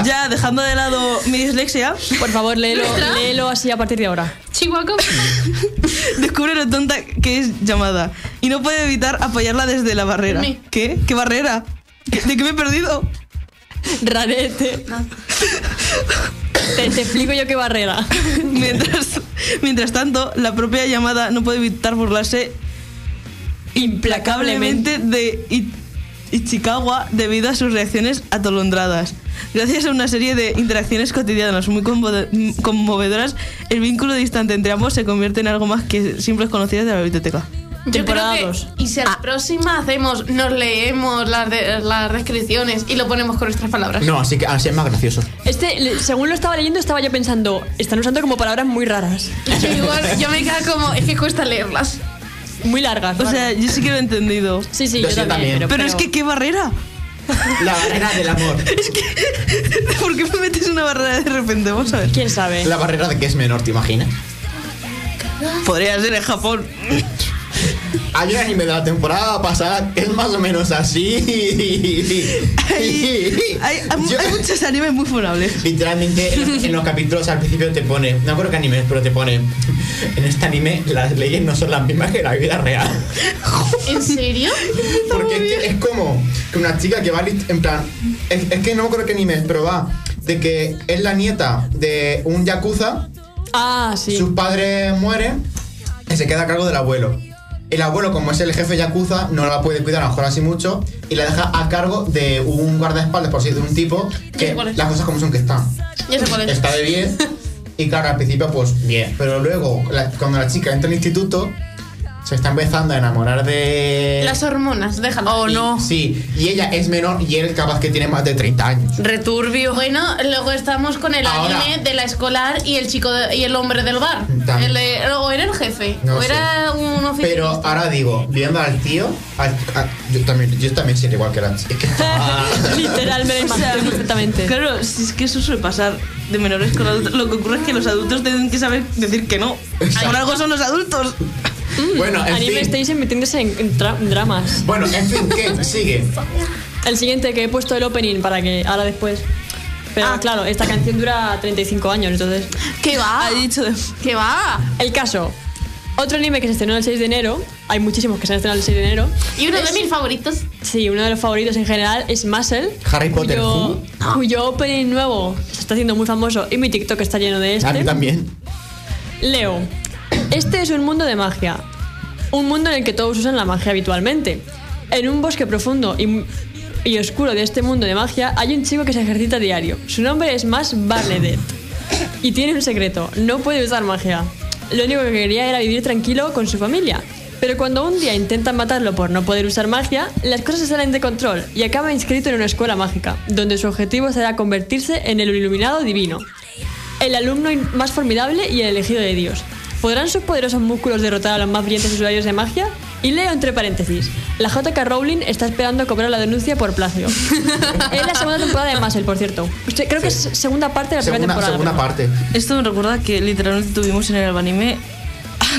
Speaker 2: ya dejando de lado mi dislexia,
Speaker 4: Por favor, léelo,
Speaker 1: ¿Nuestra?
Speaker 4: léelo así a partir de ahora.
Speaker 1: Chihuahua.
Speaker 2: descubre lo tonta que es llamada. Y no puede evitar apoyarla desde la barrera.
Speaker 1: Me.
Speaker 2: ¿Qué? ¿Qué barrera? ¿De qué me he perdido?
Speaker 4: Rarete. Te, te explico yo qué barrera.
Speaker 2: Mientras, mientras tanto, la propia llamada no puede evitar burlarse
Speaker 4: Implacablemente.
Speaker 2: implacablemente de I- Ichikawa debido a sus reacciones atolondradas. Gracias a una serie de interacciones cotidianas muy conmo- conmovedoras, el vínculo distante entre ambos se convierte en algo más que simples conocidas de la biblioteca.
Speaker 1: Yo creo
Speaker 4: Temporada
Speaker 1: que,
Speaker 4: dos.
Speaker 1: y si a la próxima hacemos, nos leemos las, de- las descripciones y lo ponemos con nuestras palabras.
Speaker 3: No, así que así es más gracioso.
Speaker 4: Este, le- según lo estaba leyendo, estaba yo pensando, están usando como palabras muy raras.
Speaker 1: Yo igual, yo me quedo como, es que cuesta leerlas.
Speaker 4: Muy largas.
Speaker 2: O
Speaker 4: raras.
Speaker 2: sea, yo sí que lo he entendido.
Speaker 4: sí, sí,
Speaker 3: Yo
Speaker 4: yo,
Speaker 3: sí
Speaker 4: también.
Speaker 3: también.
Speaker 4: Pero,
Speaker 2: Pero es que, ¿qué barrera?
Speaker 3: La barrera del amor.
Speaker 2: ¿Por qué me metes una barrera de repente? Vamos a ver.
Speaker 4: ¿Quién sabe?
Speaker 3: La barrera de que es menor, ¿te imaginas?
Speaker 2: Podría ser en Japón.
Speaker 3: Hay un anime de la temporada pasada que es más o menos así.
Speaker 2: Hay, hay- hay
Speaker 3: Yo-
Speaker 2: muchos animes muy funables.
Speaker 3: Literalmente en los- en los capítulos al principio te pone, no creo que animes, pero te pone, en este anime las leyes no son las mismas que la vida real.
Speaker 1: ¿En serio?
Speaker 3: Porque es, que es como que una chica que va lit- en plan, es, es que no me acuerdo qué anime es, pero va, de que es la nieta de un yakuza,
Speaker 4: Ah, sí.
Speaker 3: sus padres mueren y se queda a cargo del abuelo. El abuelo, como es el jefe yakuza, no la puede cuidar a lo mejor así mucho y la deja a cargo de un guardaespaldas, por así decirlo, un tipo que
Speaker 1: Sí, ¿cuál es?
Speaker 3: las cosas como son que están.
Speaker 1: Ya sé cuál es.
Speaker 3: Está de 10 y claro, al principio pues bien, pero luego la- cuando la chica entra al instituto se está empezando a enamorar de...
Speaker 1: Las hormonas, déjalo.
Speaker 5: Oh,
Speaker 3: Y-
Speaker 5: no.
Speaker 3: Sí, y ella es menor y él capaz que tiene más de 30 años.
Speaker 5: Returbio.
Speaker 1: Bueno, luego estamos con el
Speaker 3: Ahora.
Speaker 1: anime de la escolar y el chico de- y el hombre del bar.
Speaker 3: También.
Speaker 1: El, eh, o era el jefe,
Speaker 3: No
Speaker 1: o era un
Speaker 3: Pero
Speaker 1: oficialista.
Speaker 3: ahora digo, viendo al tío, al- a- yo también yo también sería igual que la chica. Es que está-
Speaker 4: Literal, me lo imaginé perfectamente.
Speaker 2: Claro, si es que eso suele pasar de menores con adultos. Lo que ocurre es que los adultos tienen que saber decir que no. Por algo son los adultos.
Speaker 3: bueno, en
Speaker 4: Mm, Anime
Speaker 3: fin.
Speaker 4: estáis metiéndose en, en tra- en dramas.
Speaker 3: Bueno, en fin, ¿qué sigue?
Speaker 4: El siguiente que he puesto el opening para que ahora después. Pero claro, esta canción dura 35 años, entonces.
Speaker 1: ¿Qué va?
Speaker 2: Ha dicho de-
Speaker 1: ¿Qué va?
Speaker 4: El caso. Otro anime que se estrenó el 6 de enero. Hay muchísimos que se han estrenado el 6 de enero.
Speaker 1: Y uno de mis favoritos.
Speaker 4: Sí, uno de los favoritos en general es Muscle.
Speaker 3: Harry Potter,
Speaker 4: Cuyo, cuyo opening nuevo se está haciendo muy famoso y mi TikTok está lleno de
Speaker 3: A mí
Speaker 4: este.
Speaker 3: también.
Speaker 4: Leo, este es un mundo de magia. Un mundo en el que todos usan la magia habitualmente. En un bosque profundo y, y oscuro de este mundo de magia, hay un chico que se ejercita a diario. Su nombre es Max Barledet. Y tiene un secreto, no puede usar magia. Lo único que quería era vivir tranquilo con su familia. Pero cuando un día intentan matarlo por no poder usar magia, las cosas se salen de control y acaba inscrito en una escuela mágica, donde su objetivo será convertirse en el iluminado divino, el alumno in- más formidable y el elegido de Dios. ¿Podrán sus poderosos músculos derrotar a los más brillantes usuarios de magia? Y leo entre paréntesis, la JK Rowling está esperando cobrar la denuncia por plagio. es la segunda temporada de Marvel, por cierto. Usted- creo que es segunda parte de la primera
Speaker 3: Segunda,
Speaker 4: temporada.
Speaker 3: segunda
Speaker 4: pero-
Speaker 3: parte.
Speaker 2: Esto me recuerda que literalmente tuvimos en el anime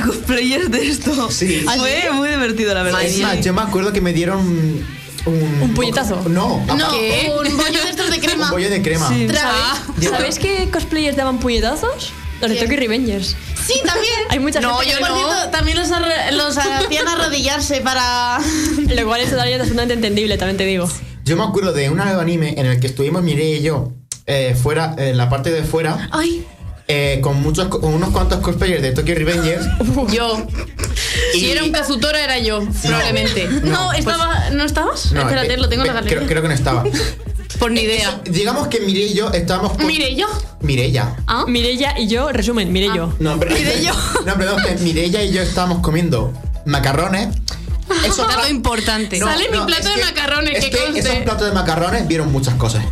Speaker 2: a cosplayers de esto.
Speaker 3: Sí.
Speaker 2: Fue muy divertido, la verdad.
Speaker 3: Es más, yo me acuerdo que me dieron un.
Speaker 4: ¿Un puñetazo?
Speaker 3: No,
Speaker 1: No,
Speaker 3: un
Speaker 1: un bollo de estos de crema.
Speaker 3: bollo de crema.
Speaker 2: Sí.
Speaker 1: Tra-
Speaker 3: Yo-
Speaker 4: ¿Sabéis qué cosplayers daban puñetazos? Los de
Speaker 1: ¿Quién?
Speaker 4: Tokyo Revengers.
Speaker 1: Sí, también.
Speaker 4: Hay mucha
Speaker 5: No,
Speaker 4: gente
Speaker 5: yo
Speaker 4: que-
Speaker 1: Por
Speaker 5: no.
Speaker 1: cierto, también los, arro- los hacían arrodillarse para...
Speaker 4: Lo cual es totalmente absolutamente entendible, también te digo.
Speaker 3: Yo me acuerdo de un anime en el que estuvimos Mireia y yo eh, fuera, en la parte de fuera,
Speaker 1: Ay,
Speaker 3: eh, con muchos, co- con unos cuantos cosplayers de Tokyo Revengers.
Speaker 5: Yo. Si era un Kazutora, era yo, probablemente.
Speaker 1: no, estaba... ¿No estabas?
Speaker 3: pues No,
Speaker 1: Espérate,
Speaker 3: eh,
Speaker 1: lo tengo en la
Speaker 3: eh, creo,
Speaker 1: galería.
Speaker 3: creo que no estaba.
Speaker 5: Por ni idea.
Speaker 3: Digamos que Mireia y yo estábamos. con-
Speaker 1: Mire, yo.
Speaker 3: Mireia.
Speaker 1: ¿Ah?
Speaker 4: Mirella y yo, resumen, Mirello.
Speaker 3: No, pero,
Speaker 5: Mireia.
Speaker 3: No, perdón, que Mireia y yo estábamos comiendo macarrones. Esos
Speaker 5: Dato
Speaker 3: pla-
Speaker 5: importante.
Speaker 3: No,
Speaker 1: Sale mi
Speaker 3: no,
Speaker 1: plato
Speaker 3: es
Speaker 1: de
Speaker 3: que-
Speaker 1: macarrones,
Speaker 3: es
Speaker 1: que
Speaker 3: que
Speaker 1: conste.
Speaker 3: esos platos de macarrones vieron muchas cosas.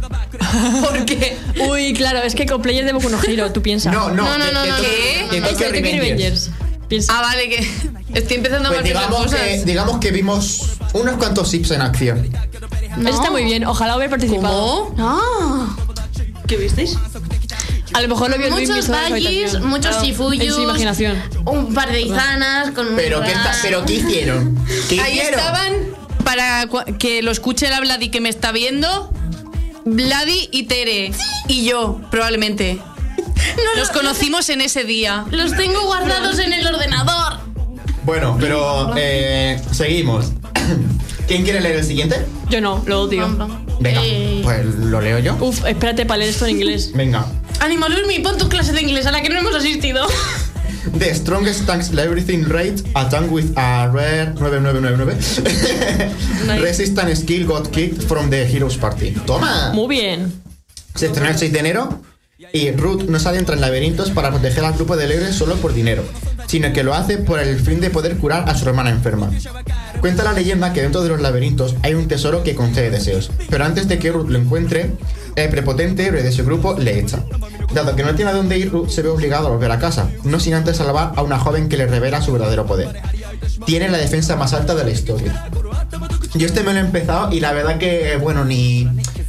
Speaker 5: ¿Por qué?
Speaker 4: Uy, claro, es que cosplayers de Boku no Hero, tú piensas.
Speaker 3: No, no,
Speaker 1: No, no,
Speaker 3: de-
Speaker 1: no,
Speaker 3: de
Speaker 1: no,
Speaker 3: Tokyo-
Speaker 5: ¿qué?
Speaker 3: de
Speaker 4: Es de
Speaker 3: Tokyo
Speaker 4: Tokyo
Speaker 3: Revengers.
Speaker 4: Revengers. Piensa.
Speaker 5: Ah, vale, que estoy empezando a
Speaker 3: Pues
Speaker 5: perder las
Speaker 3: digamos
Speaker 5: cosas.
Speaker 3: que, digamos que vimos unos cuantos sips en acción.
Speaker 1: No.
Speaker 4: Eso está muy bien, ojalá hubiera participado.
Speaker 5: ¿Cómo?
Speaker 1: No.
Speaker 6: ¿Qué visteis?
Speaker 4: A lo mejor lo vio Luis
Speaker 1: Ah, Muchos
Speaker 4: Miso en su
Speaker 1: tallis,
Speaker 4: habitación.
Speaker 1: muchos
Speaker 4: Claro,
Speaker 1: shifuyus.
Speaker 4: En su imaginación.
Speaker 1: Un par de izanas con un
Speaker 3: Pero ¿qué, está-
Speaker 1: plan.
Speaker 3: pero ¿qué hicieron? ¿Qué
Speaker 5: Ahí
Speaker 3: hicieron?
Speaker 5: estaban, para cua- que lo escuche la Vladi que me está viendo, Vladi y Tere. Y yo, probablemente. Nos conocimos en ese día.
Speaker 1: Los tengo guardados en el ordenador.
Speaker 3: Bueno, pero eh, seguimos. ¿Quién quiere leer el siguiente?
Speaker 4: Yo no, lo odio.
Speaker 3: Venga,
Speaker 1: Eh,
Speaker 3: pues lo leo yo.
Speaker 4: Uf, espérate para leer esto en inglés.
Speaker 3: Venga.
Speaker 1: Ánimo, Lurmi, pon tu clase de inglés a la que no hemos asistido.
Speaker 3: The strongest tanks everything rate, a tank with a rare 9999. Resistant skill got kicked from the Heroes Party. ¡Toma!
Speaker 4: Muy bien.
Speaker 3: Se estrenó el 6 de enero y Ruth no se adentra en laberintos para proteger al grupo de héroes solo por dinero, sino que lo hace por el fin de poder curar a su hermana enferma. Cuenta la leyenda que dentro de los laberintos hay un tesoro que concede deseos, pero antes de que Ruth lo encuentre, el prepotente héroe de su grupo le echa. Dado que no tiene a dónde ir, Ruth se ve obligado a volver a casa, no sin antes salvar a una joven que le revela su verdadero poder. Tiene la defensa más alta de la historia. Yo este me lo he empezado y la verdad que, eh, bueno, ni.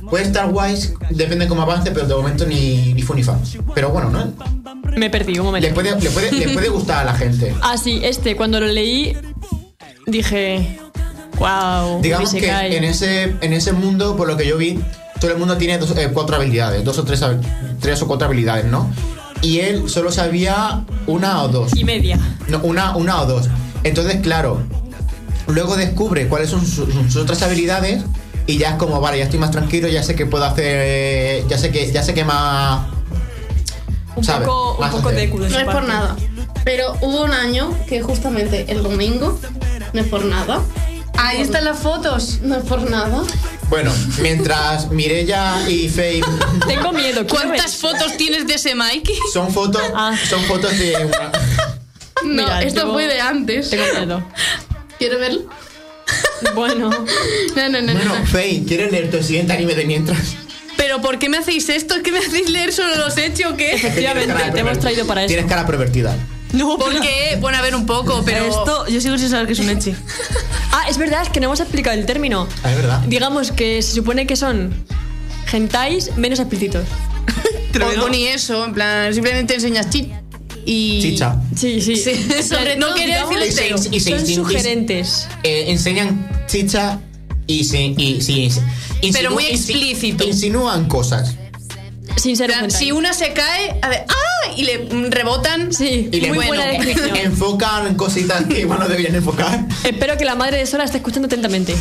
Speaker 3: Puede estar guay, depende cómo avance, pero de momento ni, ni fun ni fan. Pero bueno, ¿no?
Speaker 4: Me perdí un
Speaker 3: Le
Speaker 4: momento.
Speaker 3: puede, le puede- le puede gustar a la gente.
Speaker 4: Ah, sí, este, cuando lo leí, dije. Wow.
Speaker 3: Digamos que en ese, en ese mundo, por lo que yo vi, todo el mundo tiene dos, eh, cuatro habilidades, dos o tres, habi- tres o cuatro habilidades, ¿no? Y él solo sabía una o dos.
Speaker 4: Y media.
Speaker 3: No, una, una o dos. Entonces, claro, luego descubre cuáles son su- sus, otras habilidades y ya es como, vale, ya estoy más tranquilo, ya sé que puedo hacer, eh, ya sé que, ya sé que más...
Speaker 4: Un
Speaker 3: ¿Sabe?
Speaker 4: poco, un
Speaker 3: Vas a
Speaker 4: poco
Speaker 3: hacer.
Speaker 4: de culo.
Speaker 1: No es por nada. Pero hubo un año que justamente el domingo, no es por nada,
Speaker 5: Ahí están las fotos.
Speaker 1: no es por nada.
Speaker 3: Bueno, mientras Mirella y Faye
Speaker 4: Tengo miedo. quiero
Speaker 5: ¿Cuántas
Speaker 4: ver.
Speaker 5: fotos tienes de ese Mikey?
Speaker 3: son fotos,
Speaker 4: Ah.
Speaker 3: son fotos de... una-
Speaker 1: No,
Speaker 4: Mira,
Speaker 1: esto
Speaker 4: yo-
Speaker 1: fue de antes.
Speaker 4: Tengo miedo.
Speaker 1: ¿Quieres verlo? No,
Speaker 4: Bueno.
Speaker 1: no, no, no.
Speaker 3: Bueno,
Speaker 1: no.
Speaker 3: Faye, ¿quieres leer tu siguiente anime de mientras?
Speaker 5: ¿Pero por qué me hacéis esto? ¿Es que me hacéis leer solo los hechos o qué?
Speaker 4: Efectivamente,
Speaker 3: Tienes cara de
Speaker 4: te hemos
Speaker 3: perver-
Speaker 4: traído para eso.
Speaker 3: Tienes cara pervertida.
Speaker 4: No,
Speaker 5: Porque, bueno, a ver un poco, pero.
Speaker 2: Esto, yo sigo sin saber que es un echi.
Speaker 4: Ah, es verdad, es que no hemos explicado el término.
Speaker 3: Ah, Es verdad.
Speaker 4: Digamos que se supone que son gentais menos explícitos.
Speaker 5: O o ni eso, en plan, simplemente enseñas chit. Y.
Speaker 3: Chicha.
Speaker 4: Sí, sí.
Speaker 5: Sí, sobre
Speaker 4: no
Speaker 5: todo,
Speaker 4: quería
Speaker 5: digamos,
Speaker 4: decir
Speaker 3: Y se- y se-
Speaker 4: Son
Speaker 3: y- y-
Speaker 4: sugerentes.
Speaker 3: eh, enseñan chicha y sí, y, sí, ins-
Speaker 5: Pero muy
Speaker 3: insinú- insi-
Speaker 5: explícito.
Speaker 3: Insinúan cosas.
Speaker 4: Sin ser
Speaker 5: En plan,
Speaker 4: un hentai.
Speaker 5: si una se cae, a ver, ¡ah! Y le mm, rebotan.
Speaker 4: Sí,
Speaker 3: Y le
Speaker 4: muy
Speaker 5: bueno.
Speaker 4: buena descripción.
Speaker 3: Enfocan cositas que igual no deberían enfocar.
Speaker 4: Espero que la madre de Sora esté escuchando atentamente.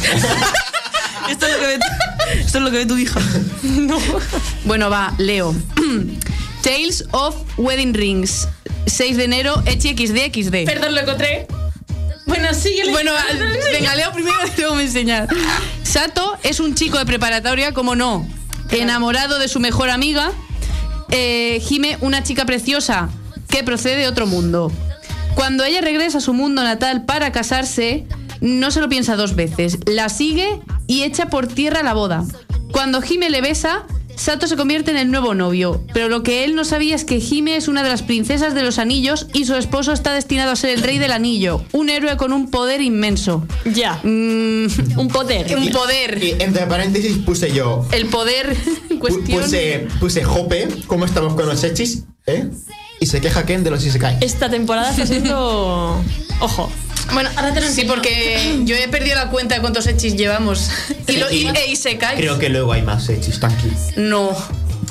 Speaker 2: Esto es lo que ve tu, esto es lo que ve tu hija.
Speaker 4: no.
Speaker 5: Bueno, va, leo. Tales of Wedding Rings. 6 de enero, HXDXD.
Speaker 1: Perdón, lo encontré. Bueno, síguele.
Speaker 5: Bueno, venga, leo primero y luego me enseñar. Sato es un chico de preparatoria, como no, enamorado de su mejor amiga. Eh, Hime, una chica preciosa que procede de otro mundo. Cuando ella regresa a su mundo natal para casarse, no se lo piensa dos veces. La sigue y echa por tierra la boda. Cuando Hime le besa, Sato se convierte en el nuevo novio. Pero lo que él no sabía es que Hime es una de las princesas de los anillos y su esposo está destinado a ser el rey del anillo, un héroe con un poder inmenso.
Speaker 4: Ya.
Speaker 5: Mm,
Speaker 4: Un poder.
Speaker 3: Em-
Speaker 5: un poder.
Speaker 3: Y entre paréntesis puse yo.
Speaker 5: El poder en
Speaker 3: pu-
Speaker 5: cuestión.
Speaker 3: Puse, puse Jope, ¿cómo estamos con los sexys? ¿Eh? Y se queja Ken de los Isekai.
Speaker 4: Esta temporada está siendo. Ojo.
Speaker 1: Bueno, ahora te lo
Speaker 5: Sí,
Speaker 1: enseño.
Speaker 5: porque yo he perdido la cuenta de cuántos hechis llevamos. Y, lo, y, e- y se cae.
Speaker 3: Creo que luego hay más sexys, tranqui.
Speaker 5: No,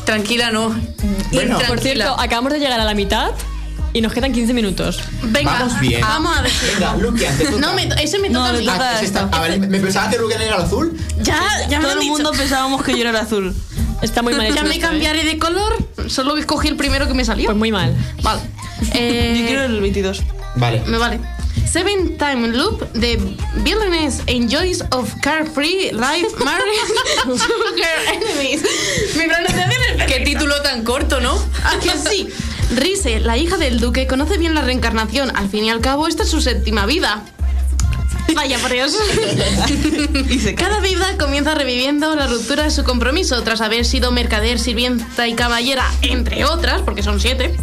Speaker 5: tranquila no.
Speaker 3: Bueno,
Speaker 5: Intranquila.
Speaker 4: Por cierto, acabamos de llegar a la mitad y nos quedan 15 minutos.
Speaker 1: Venga,
Speaker 3: Vamos bien.
Speaker 1: vamos a decir.
Speaker 3: Venga, Lukian, te toca.
Speaker 1: No, me, ese me
Speaker 2: No,
Speaker 1: toca a
Speaker 2: le
Speaker 1: mí.
Speaker 2: toca-
Speaker 3: Ah, ese está- ah, vale, me pensaba que Lukian era el azul.
Speaker 1: Ya, ya me lo han
Speaker 2: Todo el
Speaker 1: dicho.
Speaker 2: mundo pensábamos que yo era el azul.
Speaker 4: Está muy mal hecho.
Speaker 1: ya me
Speaker 4: esto, ¿eh?
Speaker 1: cambiaré de color. Solo escogí el primero que me salió.
Speaker 4: Pues muy mal.
Speaker 1: Vale. Eh,
Speaker 2: Yo quiero el 22.
Speaker 3: Vale.
Speaker 1: Me vale. Seven Time Loop de Villainess Enjoys of Carefree Life Marriage to Her Enemies. Mi pronunciación es
Speaker 5: Qué título tan corto, ¿no?
Speaker 1: ¿A Ah, que sí? Rise, la hija del duque, conoce bien la reencarnación. Al fin y al cabo, esta es su séptima vida. Vaya por Dios.
Speaker 2: Y se cae.
Speaker 1: Cada vida comienza reviviendo la ruptura de su compromiso tras haber sido mercader, sirvienta y caballera, entre otras, porque son siete.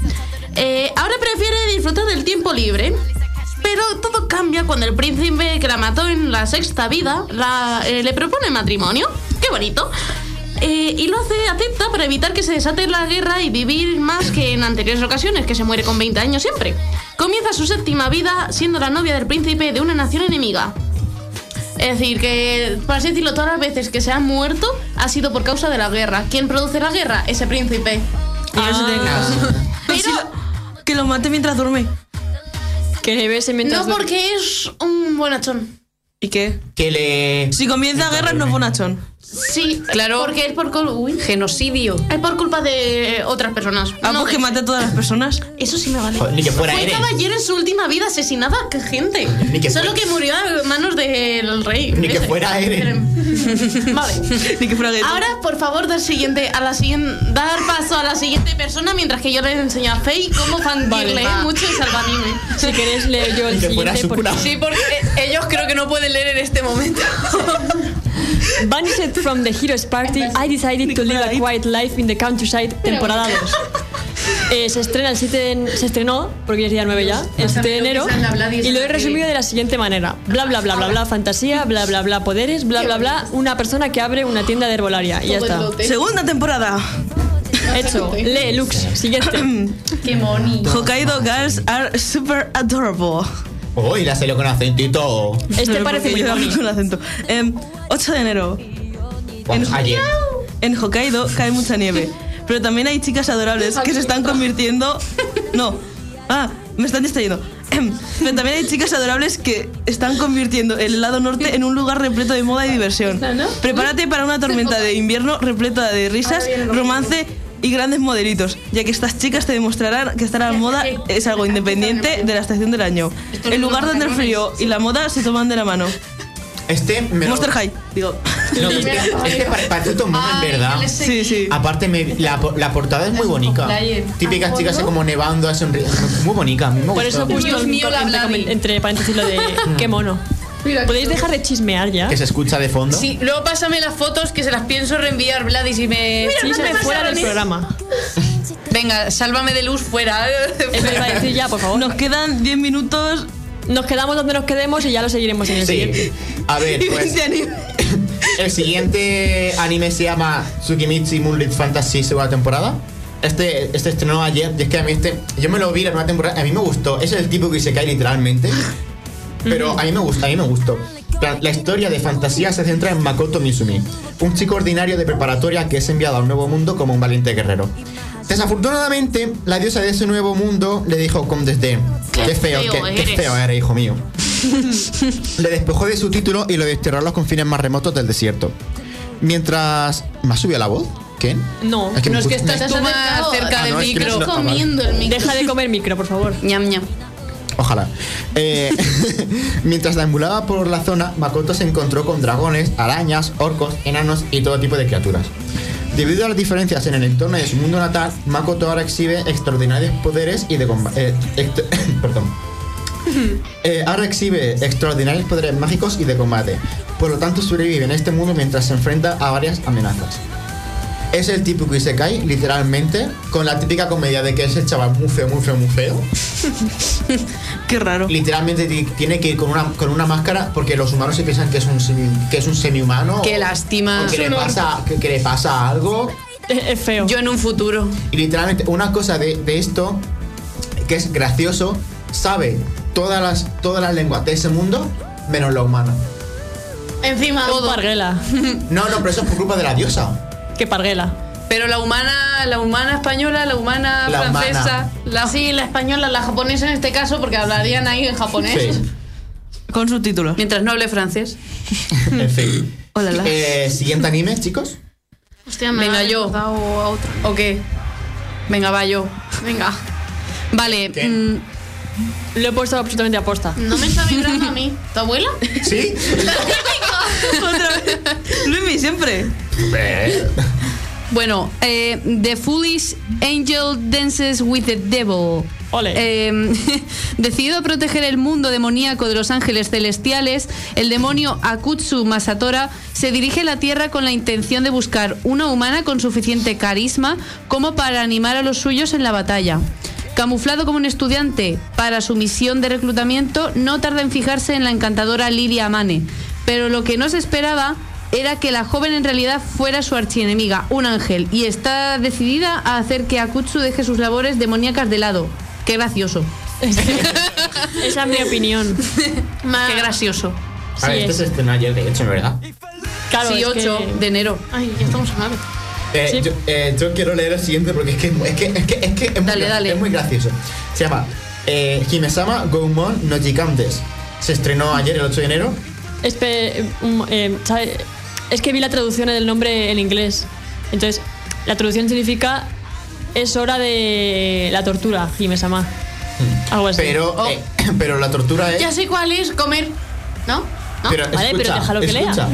Speaker 1: Eh, ahora prefiere disfrutar del tiempo libre. Pero todo cambia cuando el príncipe que la mató en la sexta vida la- eh, le propone matrimonio. ¡Qué bonito! Eh, y lo hace, acepta para evitar que se desate la guerra y vivir más que en anteriores ocasiones, que se muere con 20 años siempre. Comienza su séptima vida siendo la novia del príncipe de una nación enemiga. Es decir, que, por así decirlo, todas las veces que se ha muerto ha sido por causa de la guerra. ¿Quién produce la guerra? Ese príncipe.
Speaker 2: Y yo se tiene que casar.
Speaker 3: Ah,
Speaker 1: Pero
Speaker 2: Sí, lo- Que lo mate mientras duerme.
Speaker 4: Que le besen mientras.
Speaker 1: no porque es un bonachón.
Speaker 2: ¿Y qué?
Speaker 3: Que le.
Speaker 2: Si comienza guerra no es bonachón.
Speaker 1: Sí,
Speaker 5: Claro.
Speaker 1: Porque es por, cul- uy,
Speaker 5: Genocidio.
Speaker 1: es por culpa de eh, otras personas.
Speaker 2: Ah,
Speaker 1: No,
Speaker 2: pues que mate a todas las personas.
Speaker 1: Eso sí me vale.
Speaker 3: Joder, ni que fuera
Speaker 1: Fue
Speaker 3: Eren.
Speaker 1: caballero en su última vida asesinada a gente.
Speaker 3: Ni que
Speaker 1: Solo
Speaker 3: fuera-
Speaker 1: que murió a manos del rey.
Speaker 3: Ni que
Speaker 1: Ese.
Speaker 3: fuera Eren.
Speaker 1: Vale.
Speaker 2: Ni que fuera gay.
Speaker 1: Ahora, por favor, dar, siguiente, a la siguiente, dar paso a la siguiente persona mientras que yo les enseño a Faye cómo fangirle
Speaker 4: va.
Speaker 1: mucho y salvanime.
Speaker 4: Si queréis leer yo el
Speaker 3: Ni que fuera
Speaker 4: siguiente.
Speaker 3: Sukuna.
Speaker 5: Sí, porque ellos creo que no pueden leer en este momento.
Speaker 4: Banished from the Heroes Party, I decided to live a quiet life in the countryside, temporada 2. Eh, se estrena el 7 de- se estrenó, porque ya es día 9 ya, el 7 de enero. Y lo he resumido de la siguiente manera. Bla, bla, bla, bla, bla, fantasía, bla, bla, bla, poderes, bla, bla, bla, una persona que abre una tienda de herbolaria. Y ya está.
Speaker 2: Segunda temporada.
Speaker 4: Hecho. Lee, Lux. Siguiente.
Speaker 6: Qué moni.
Speaker 2: Hokkaido girls are super adorable.
Speaker 3: Uy, la salió con acentito.
Speaker 4: Este parece muy
Speaker 2: Yo hablo
Speaker 4: bonito.
Speaker 2: con acento. Em, 8 de enero.
Speaker 3: Vamos, ayer.
Speaker 2: En Hokkaido cae mucha nieve. Pero también hay chicas adorables que se están convirtiendo. No. Ah, me están distrayendo. Em, Pero también hay chicas adorables que están convirtiendo el lado norte en un lugar repleto de moda y diversión. Prepárate para una tormenta de invierno repleta de risas, romance y grandes modelitos, ya que estas chicas te demostrarán que estar a la moda
Speaker 4: Eh,
Speaker 2: es algo independiente de la estación del año. El lugar donde el frío y la moda se toman de la mano.
Speaker 3: Este me. lo-
Speaker 2: Monster High, digo.
Speaker 3: No, este, este pare- parece Tom Moon, en verdad.
Speaker 2: Sí, Ah, sí.
Speaker 3: Aparte, me- la, la portada es muy bonita. Típicas chicas así como nevando, así sonri- Muy bonita, a mí me
Speaker 4: Por
Speaker 3: gusta.
Speaker 4: eso justo
Speaker 5: Dios mío, la
Speaker 4: entre,
Speaker 5: Vladi.
Speaker 4: comen- entre paréntesis lo de qué mono. ¿Podéis dejar de chismear ya?
Speaker 3: Que se escucha de fondo.
Speaker 5: Sí, luego pásame las fotos que se las pienso reenviar, Vlad, y si me...
Speaker 4: Sí,
Speaker 5: si
Speaker 4: se
Speaker 5: se-
Speaker 4: fuera del programa.
Speaker 5: Venga, sálvame de luz fuera.
Speaker 4: Eso iba a decir ya, por favor.
Speaker 2: Nos quedan 10 minutos
Speaker 4: Nos quedamos donde nos quedemos y ya lo seguiremos en el siguiente.
Speaker 3: Sí. A ver,
Speaker 2: y
Speaker 3: pues.
Speaker 2: 20 anime.
Speaker 3: El siguiente anime se llama Tsukimichi Moonlit Fantasy segunda temporada. Este, este estrenó ayer y es que a mí este... Yo me lo vi la nueva temporada, a mí me gustó. Es el tipo que se cae literalmente. Pero a mí me gusta, a mí me gustó. En plan, La historia de fantasía se centra en Makoto Mizumi, un chico ordinario de preparatoria que es enviado a un nuevo mundo como un valiente guerrero. Desafortunadamente, la diosa de ese nuevo mundo le dijo con desdén, qué feo,
Speaker 1: feo
Speaker 3: qué, qué
Speaker 1: eres".
Speaker 3: feo eres, hijo mío. le despojó de su título y lo desterró a los confines más remotos del desierto. Mientras... ¿Me has subido la voz? ¿Quién?
Speaker 4: No,
Speaker 5: No, es que
Speaker 3: me-
Speaker 5: estás
Speaker 1: has
Speaker 5: tú más
Speaker 1: acercado-
Speaker 5: cerca
Speaker 1: Ah,
Speaker 5: del
Speaker 3: no, es que
Speaker 5: micro.
Speaker 3: no-
Speaker 1: comiendo el micro.
Speaker 4: Deja de comer micro, por favor.
Speaker 5: Ñam, ñam.
Speaker 3: Ojalá. Eh, mientras deambulaba por la zona, Makoto se encontró con dragones, arañas, orcos, enanos y todo tipo de criaturas. Debido a las diferencias en el entorno de su mundo natal, Makoto ahora exhibe extraordinarios poderes y de combate. eh, perdón. Eh, ahora exhibe extraordinarios poderes mágicos y de combate. Por lo tanto, sobrevive en este mundo mientras se enfrenta a varias amenazas. Es el típico Isekai, literalmente, con la típica comedia de que es el chaval muy feo, muy feo, muy feo.
Speaker 2: Qué raro.
Speaker 3: Literalmente ti- tiene que ir con una, con una máscara porque los humanos se piensan que es un, semi- que es un semihumano.
Speaker 5: Qué
Speaker 3: o-
Speaker 5: lástima.
Speaker 3: o que, le pasa, que, que le pasa algo.
Speaker 4: Es, es feo.
Speaker 5: Yo en un futuro.
Speaker 3: Y literalmente, una cosa de, de esto que es gracioso, sabe todas las, todas las lenguas de ese mundo menos la humana.
Speaker 1: Encima,
Speaker 4: Todo
Speaker 1: todo.
Speaker 4: parguela.
Speaker 3: No, no, pero eso es por culpa de la diosa.
Speaker 4: Qué parguela.
Speaker 5: Pero la humana, la humana española, la humana
Speaker 3: La
Speaker 5: francesa,
Speaker 3: humana.
Speaker 5: la
Speaker 1: Sí, la española, la japonesa en este caso, porque hablarían ahí en japonés.
Speaker 3: Sí.
Speaker 2: Con subtítulos.
Speaker 5: mientras no hable francés.
Speaker 3: En fin.
Speaker 2: Hola, la.
Speaker 3: Eh, Siguiente anime, chicos.
Speaker 1: Hostia, me
Speaker 5: Venga,
Speaker 1: la he
Speaker 5: yo.
Speaker 1: recordado a otro.
Speaker 5: ¿O qué? Venga, va yo.
Speaker 1: Venga.
Speaker 5: Vale.
Speaker 3: ¿Qué?
Speaker 5: mm,
Speaker 4: Lo he puesto absolutamente aposta.
Speaker 1: No me está vibrando a mí. ¿Tu abuela?
Speaker 3: ¿Sí?
Speaker 2: Otra vez. Luismi, siempre.
Speaker 5: bueno, eh, The Foolish Angel Dances with the Devil.
Speaker 4: Ole.
Speaker 5: Eh, decidido a proteger el mundo demoníaco de los ángeles celestiales, el demonio Akutsu Masatora se dirige a la Tierra con la intención de buscar una humana con suficiente carisma como para animar a los suyos en la batalla. Camuflado como un estudiante para su misión de reclutamiento, no tarda en fijarse en la encantadora Lilia Amane. Pero lo que no se esperaba era que la joven en realidad fuera su archienemiga, un ángel, y está decidida a hacer que Akutsu deje sus labores demoníacas de lado. Qué gracioso.
Speaker 4: Esa es mi opinión.
Speaker 1: Ma-
Speaker 5: Qué gracioso.
Speaker 3: A ver,
Speaker 4: Sí,
Speaker 3: este
Speaker 4: es.
Speaker 3: se estrenó ayer, de hecho, ¿verdad?
Speaker 4: Claro,
Speaker 5: sí,
Speaker 4: es
Speaker 5: 8
Speaker 4: que-
Speaker 5: de enero.
Speaker 1: Ay, ya estamos a nada.
Speaker 3: Eh,
Speaker 4: Sí.
Speaker 3: yo, eh, yo quiero leer el siguiente porque es que es, muy- es que, es, que, es, que es muy,
Speaker 5: Dale,
Speaker 3: gra-
Speaker 5: dale.
Speaker 3: es muy gracioso. Se llama eh, Himesama Goemon no Gigantes. Se estrenó ayer, el 8 de enero.
Speaker 4: Espe- um, eh, ¿sabe? Es que vi la traducción del nombre en inglés. Entonces, la traducción significa es hora de la tortura, Jimesama. Algo así.
Speaker 3: Pero,
Speaker 1: Oh.
Speaker 3: eh, pero la tortura es.
Speaker 1: Ya sé cuál es comer. ¿No? ¿No?
Speaker 3: Pero,
Speaker 4: Vale, pero
Speaker 3: escucha,
Speaker 4: déjalo que lea.
Speaker 3: escucha.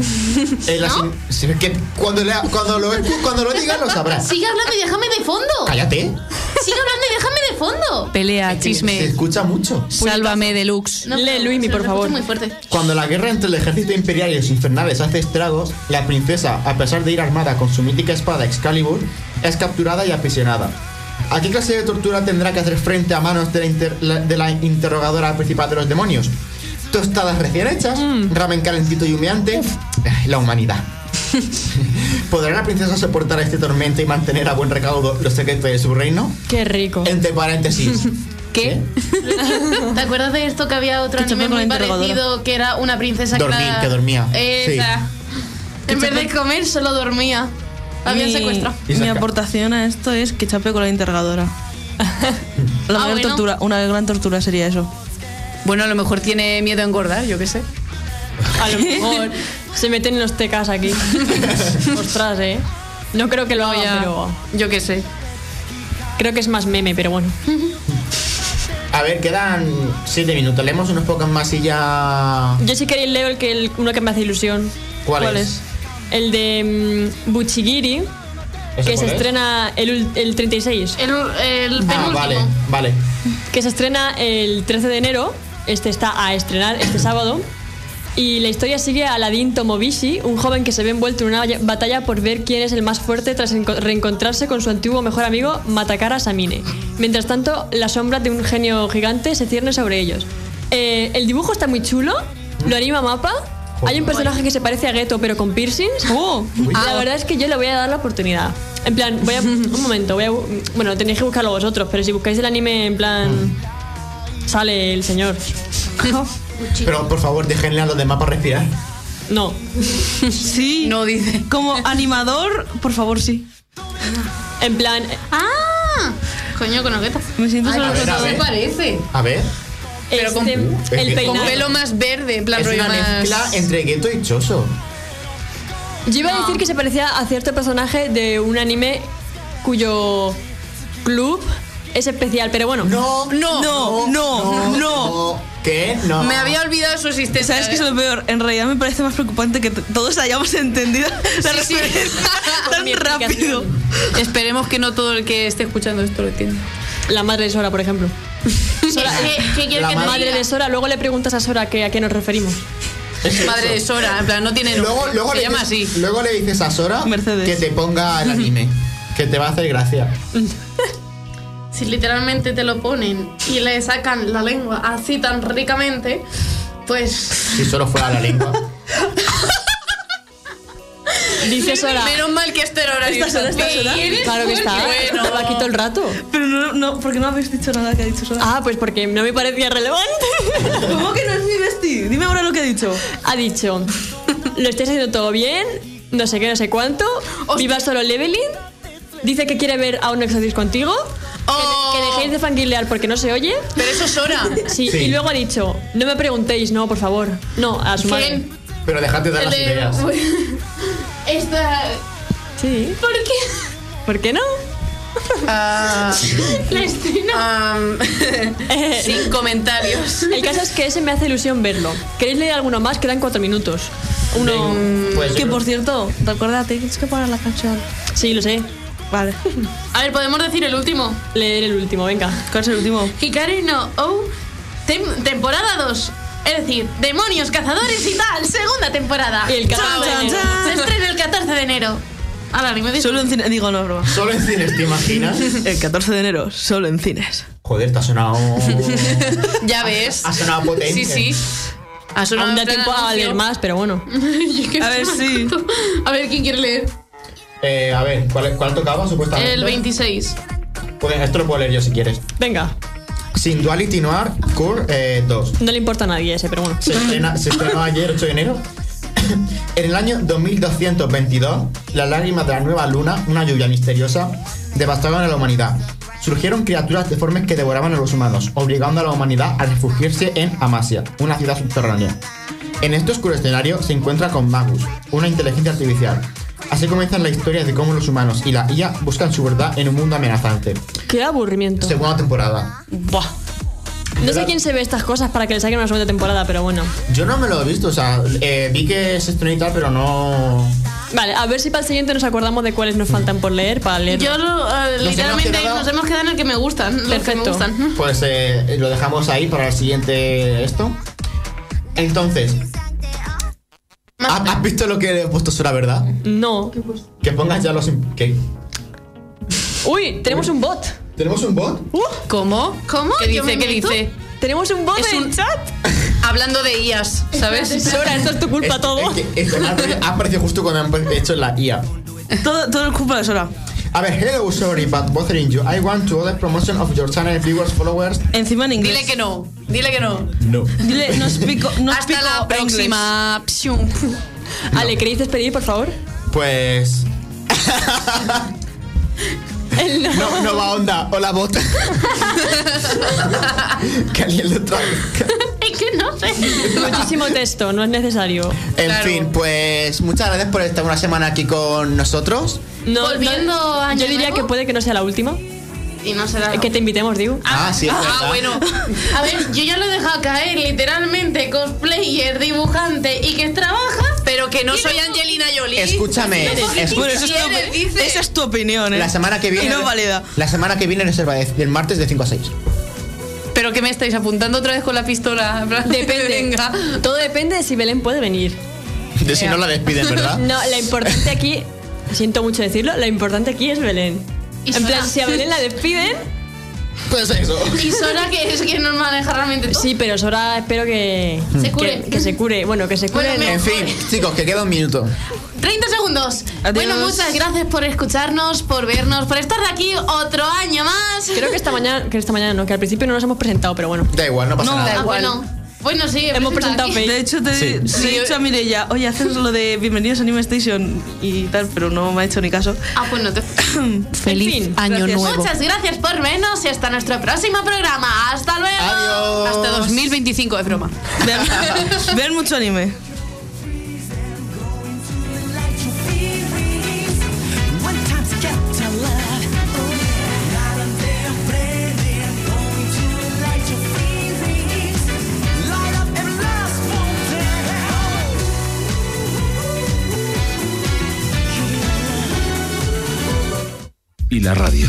Speaker 3: Eh, la
Speaker 1: ¿No?
Speaker 3: sin- si- que cuando, lea- cuando, lo, escu- cuando lo digas lo sabrás.
Speaker 1: Sigue hablando y déjame de fondo.
Speaker 3: Cállate.
Speaker 1: Sigue hablando y déjame de fondo.
Speaker 5: Pelea,
Speaker 3: Es que Se
Speaker 5: chisme,
Speaker 3: escucha mucho.
Speaker 5: sálvame deluxe.
Speaker 1: No,
Speaker 4: Lee,
Speaker 1: pero
Speaker 4: Luismi,
Speaker 1: se
Speaker 4: por
Speaker 1: lo
Speaker 4: favor.
Speaker 1: escucho muy fuerte.
Speaker 3: Cuando la guerra entre el ejército imperial y los infernales hace estragos, la princesa, a pesar de ir armada con su mítica espada Excalibur, es capturada y aprisionada. ¿A qué clase de tortura tendrá que hacer frente a manos de la, inter- la- de la interrogadora principal de los demonios? Tostadas recién hechas, ramen calentito y humeante, la humanidad. ¿Podrá la princesa soportar este tormento y mantener a buen recaudo los secretos de su reino?
Speaker 4: Qué rico.
Speaker 3: Entre paréntesis.
Speaker 5: ¿Qué?
Speaker 1: ¿Te acuerdas de esto que había otro
Speaker 2: Escúchame
Speaker 1: anime
Speaker 2: con la
Speaker 1: muy
Speaker 2: interrogadora.
Speaker 1: parecido que era una princesa
Speaker 3: Dormí-
Speaker 1: que, era-
Speaker 3: que dormía.
Speaker 1: Esa. En vez de comer, solo dormía. La habían
Speaker 2: Mi-
Speaker 1: secuestrado.
Speaker 3: Y
Speaker 2: Mi
Speaker 3: saca.
Speaker 2: aportación a esto es que chape con la interrogadora. La
Speaker 1: Ah,
Speaker 2: gran
Speaker 1: bueno.
Speaker 2: tortura, una gran tortura sería eso.
Speaker 5: Bueno, a lo mejor tiene miedo a engordar, yo qué sé.
Speaker 4: A lo mejor se meten los tecas aquí. Ostras, eh. No creo que lo
Speaker 1: Ah,
Speaker 4: haga,
Speaker 5: Ya,
Speaker 4: pero
Speaker 5: Yo qué sé.
Speaker 4: creo que es más meme, pero bueno.
Speaker 3: A ver, quedan 7 minutos. Leemos unos pocos más y ya.
Speaker 4: Yo si queréis leo el que el- uno que me hace ilusión.
Speaker 3: ¿Cuál es?
Speaker 4: El de mm, Buchigiri,
Speaker 3: ¿Ese
Speaker 4: que se
Speaker 3: cuál es?
Speaker 4: estrena el, ul- el 36.
Speaker 1: El, el
Speaker 3: Ah,
Speaker 1: penúltimo.
Speaker 3: vale, vale.
Speaker 4: que se estrena el 13 de enero. Este está a estrenar este sábado. Y la historia sigue a Aladín Tomobishi, un joven que se ve envuelto en una batalla por ver quién es el más fuerte tras enco- reencontrarse con su antiguo mejor amigo Matakara Samine. Mientras tanto, la sombra de un genio gigante se cierne sobre ellos. Eh, el dibujo está muy chulo, lo anima Mapa. Hay un personaje que se parece a Geto pero con piercings. Ah, La verdad es que yo le voy a dar la oportunidad. En plan, voy a, un momento, voy a, bu- bueno, tenéis que buscarlo vosotros, pero si buscáis el anime en plan
Speaker 3: Ah.
Speaker 4: sale el señor.
Speaker 3: Pero por favor, déjenle a los demás para respirar.
Speaker 4: No,
Speaker 2: Sí.
Speaker 5: No dice.
Speaker 2: Como animador, por favor, sí.
Speaker 4: en plan
Speaker 1: ¡Ah! Coño, con ogueta.
Speaker 2: Me siento solo
Speaker 3: a ver,
Speaker 2: con-
Speaker 3: a ver.
Speaker 5: parece.
Speaker 3: A ver.
Speaker 5: Pero con-
Speaker 4: este, el
Speaker 3: Con
Speaker 5: Con
Speaker 4: peinado.
Speaker 5: pelo más verde, en plan
Speaker 3: es
Speaker 5: rollo
Speaker 3: una mezcla
Speaker 5: más.
Speaker 3: entre gueto y choso.
Speaker 4: Yo iba a decir que se parecía a cierto personaje de un anime cuyo club es especial, pero bueno.
Speaker 3: No,
Speaker 5: No,
Speaker 2: No, no, no.
Speaker 3: ¿Qué? No.
Speaker 5: Me había olvidado su existencia.
Speaker 2: ¿Sabes qué es lo peor? En realidad me parece más preocupante que t- todos hayamos entendido la
Speaker 5: Sí, sí.
Speaker 2: referencia tan
Speaker 4: Mi
Speaker 2: rápido.
Speaker 4: explicación.
Speaker 5: Esperemos que no todo el que esté escuchando esto lo entienda.
Speaker 4: La madre de Sora, por ejemplo. Sora,
Speaker 1: ¿Qué, qué quieres
Speaker 3: La
Speaker 1: que te
Speaker 3: madre
Speaker 4: madre
Speaker 1: diga?
Speaker 4: de Sora, luego le preguntas a Sora que, a qué nos referimos.
Speaker 3: Es
Speaker 5: Madre de
Speaker 3: eso.
Speaker 5: Sora, en plan, no tiene nombre.
Speaker 3: Luego, luego
Speaker 5: se
Speaker 3: le
Speaker 5: llama
Speaker 3: dices-
Speaker 5: así.
Speaker 3: Luego le dices a Sora
Speaker 2: Mercedes.
Speaker 3: que te ponga el anime. que te va a hacer gracia.
Speaker 1: Si literalmente te lo ponen y le sacan la lengua así tan ricamente, pues.
Speaker 3: Si solo fuera la lengua.
Speaker 4: Dice Sora.
Speaker 5: Menos mal que este era horario.
Speaker 2: Esta Sora, esta Sora.
Speaker 5: infantil.
Speaker 4: Claro que está.
Speaker 5: Bueno,
Speaker 4: Estaba aquí todo el rato.
Speaker 2: Pero no, no, porque no habéis dicho nada que ha dicho Sora.
Speaker 4: Ah, pues porque no me parecía relevante.
Speaker 2: ¿Cómo que no es mi bestie? Dime ahora lo que ha dicho.
Speaker 4: Ha dicho, lo estáis haciendo todo bien, no sé qué, no sé cuánto, viva solo leveling, dice que quiere ver a un exorcist contigo,
Speaker 5: Oh.
Speaker 4: que, que dejéis de fanguilear porque no se oye.
Speaker 5: Pero eso es Sora.
Speaker 4: Sí,
Speaker 3: Sí.
Speaker 4: y luego ha dicho, no me preguntéis, no, por favor. No, a su madre.
Speaker 1: ¿Quién?
Speaker 3: Pero dejate dar las
Speaker 1: Le-
Speaker 3: ideas.
Speaker 1: Esta.
Speaker 4: Sí.
Speaker 1: ¿Por qué?
Speaker 4: ¿Por qué no?
Speaker 5: Ah,
Speaker 1: La escena.
Speaker 5: am,
Speaker 4: Eh,
Speaker 5: sin comentarios.
Speaker 4: El caso es que ese me hace ilusión verlo. ¿Queréis leer alguno más? Quedan cuatro minutos.
Speaker 3: Uno. Pues,
Speaker 2: Que por cierto, recuérdate que tienes que poner la canción.
Speaker 4: Sí, lo sé.
Speaker 2: Vale.
Speaker 1: A ver, podemos decir el último.
Speaker 4: Leer el último, venga.
Speaker 2: ¿Cuál es el último?
Speaker 1: Hikari no Oh, tem- temporada 2. Es decir, demonios, cazadores y tal, segunda temporada.
Speaker 4: Y el 14 de
Speaker 1: Chao.
Speaker 4: enero.
Speaker 1: Se estrena el 14 de enero. Al anime de
Speaker 2: Solo en cines. Digo, no, broma.
Speaker 3: Solo en cines, ¿te imaginas?
Speaker 2: El 14 de enero, solo en cines.
Speaker 3: Joder, te ha sonado.
Speaker 5: Ya ves.
Speaker 3: Ha sonado potente.
Speaker 5: Sí, sí. Ha sonado
Speaker 4: Aún da
Speaker 5: en plan
Speaker 4: tiempo a
Speaker 5: anuncio.
Speaker 4: leer más, pero bueno.
Speaker 1: A
Speaker 2: ver, sí.
Speaker 1: A ver, ¿quién quiere leer?
Speaker 3: Eh, a ver, ¿cuál, cuál tocaba supuestamente?
Speaker 1: El 26.
Speaker 3: Pues esto lo puedo leer yo si quieres.
Speaker 4: Venga.
Speaker 3: Sin Duality Noir, Core eh, 2.
Speaker 4: No le importa a nadie ese, pero bueno.
Speaker 3: Se, estrena- se estrenó ayer, 8 de enero. En el año 2222, las lágrimas de la nueva luna, una lluvia misteriosa, devastaron a la humanidad. Surgieron criaturas deformes que devoraban a los humanos, obligando a la humanidad a refugiarse en Amasia, una ciudad subterránea. En este oscuro escenario se encuentra con Magus, una inteligencia artificial. Así comienzan la historia de cómo los humanos y la IA buscan su verdad en un mundo amenazante.
Speaker 4: Qué aburrimiento.
Speaker 3: Segunda temporada.
Speaker 4: Buah. No sé quién se ve estas cosas para que le saquen una segunda temporada, pero bueno.
Speaker 3: Yo no me lo he visto, o sea, eh, vi que se estrenó y tal, pero no...
Speaker 4: Vale, a ver si para el siguiente nos acordamos de cuáles nos faltan por leer, para leer.
Speaker 1: Yo, eh,
Speaker 3: hemos
Speaker 1: literalmente,
Speaker 3: quedado-
Speaker 1: nos hemos quedado en el que me gustan. los que me
Speaker 4: Perfecto.
Speaker 1: gustan.
Speaker 3: Pues eh, lo dejamos ahí para el siguiente esto. Entonces, ¿ha-
Speaker 1: Más-
Speaker 3: ¿has visto lo que he puesto Sora, verdad?
Speaker 4: No.
Speaker 3: Que pongas ya los... im- ¿Qué?
Speaker 4: Uy, tenemos un bot.
Speaker 3: ¿Tenemos un bot?
Speaker 5: ¿Cómo?
Speaker 1: Uh. ¿Cómo?
Speaker 5: ¿Qué
Speaker 1: ¿Yo me
Speaker 5: dice? ¿Qué
Speaker 1: meto?
Speaker 5: dice?
Speaker 4: Tenemos un bot
Speaker 5: Es
Speaker 4: en
Speaker 5: un-
Speaker 4: el chat.
Speaker 5: Hablando de IAS, ¿sabes?
Speaker 4: Sora, esto es tu culpa
Speaker 3: Es-
Speaker 4: todo.
Speaker 3: es que- es que ha aparecido- ha aparecido justo cuando han hecho la IA.
Speaker 2: Todo, todo el culpa de Sora.
Speaker 3: A ver, hello, sorry, but bothering you. I want to order promotion of your channel viewers, followers.
Speaker 2: Encima en inglés.
Speaker 5: Dile que no. Dile que no.
Speaker 3: No.
Speaker 2: Dile, no explico. No
Speaker 5: Hasta
Speaker 2: explico
Speaker 5: la próxima. Psium.
Speaker 4: Ale, ¿queréis despedir, por favor?
Speaker 3: Pues...
Speaker 4: El no.
Speaker 3: No, no va onda. Hola, bot. que alguien lo traduzca.
Speaker 1: Es que no sé.
Speaker 4: Muchísimo texto, no es necesario.
Speaker 3: En
Speaker 5: Claro.
Speaker 3: fin, pues muchas gracias por estar una semana aquí con nosotros.
Speaker 4: No,
Speaker 1: Volviendo
Speaker 4: no-
Speaker 1: a Año
Speaker 4: Yo diría
Speaker 1: Nuevo.
Speaker 4: que puede que no sea la última.
Speaker 1: Y no será.
Speaker 4: Que te invitemos, digo.
Speaker 3: Ah, sí, es
Speaker 5: Ah,
Speaker 3: verdad.
Speaker 5: bueno.
Speaker 1: A ver, yo ya lo he dejado caer, literalmente, cosplayer, dibujante y que trabaja.
Speaker 5: Pero que no
Speaker 1: Quiero-
Speaker 5: soy Angelina Jolie.
Speaker 3: Escúchame,
Speaker 5: es
Speaker 2: Bueno, eso
Speaker 3: escúchame.
Speaker 2: es tu
Speaker 5: ¿Quieres?
Speaker 2: opi-
Speaker 5: Dice.
Speaker 2: esa es tu opinión, ¿eh?
Speaker 3: La semana que viene.
Speaker 2: Y no válida.
Speaker 3: La semana que viene reserva de- del martes de 5 a 6.
Speaker 5: Pero que me estáis apuntando otra vez con la pistola. En plan,
Speaker 4: Depende.
Speaker 5: Venga.
Speaker 1: Ah.
Speaker 4: Todo depende de si Belén puede venir.
Speaker 3: De si no la despiden, ¿verdad?
Speaker 4: No, la importante aquí, siento mucho decirlo, la importante aquí es Belén.
Speaker 1: Y
Speaker 4: en plan,
Speaker 1: Sora.
Speaker 4: si a Belén la despiden,
Speaker 3: Pues eso.
Speaker 1: Y Sora, que es quien nos maneja realmente todo.
Speaker 4: sí, pero Sora espero que
Speaker 1: Se
Speaker 4: que-
Speaker 1: cure.
Speaker 4: Que, se cure, bueno, que se cure.
Speaker 1: Bueno,
Speaker 4: no.
Speaker 1: me-
Speaker 3: En fin, chicos, que queda un minuto.
Speaker 1: 30 segundos.
Speaker 2: Adiós.
Speaker 1: Bueno, muchas gracias por escucharnos, por vernos, por estar aquí otro año más.
Speaker 4: Creo que esta mañana, que esta mañana no, que al principio no nos hemos presentado, pero bueno.
Speaker 3: Da igual, no pasa
Speaker 2: No,
Speaker 3: nada.
Speaker 1: Ah,
Speaker 5: igual.
Speaker 1: bueno. Bueno, sí, he
Speaker 4: Hemos presentado
Speaker 1: aquí.
Speaker 4: Facebook.
Speaker 2: De hecho, te,
Speaker 3: Sí.
Speaker 2: le
Speaker 5: Sí,
Speaker 2: he dicho a Mireia, oye, haces lo de Bienvenidos a Anime Station y tal, pero no me ha hecho ni caso.
Speaker 1: Ah, pues no te.
Speaker 5: Feliz
Speaker 4: En fin,
Speaker 5: año
Speaker 2: gracias.
Speaker 5: nuevo.
Speaker 1: Muchas gracias por vernos y hasta nuestro próximo programa. Hasta luego.
Speaker 3: Adiós.
Speaker 5: Hasta 2025, es broma.
Speaker 2: Vean, vean mucho anime.
Speaker 7: One time's got to love. Oh, yeah. Not a damn friend. y la radio.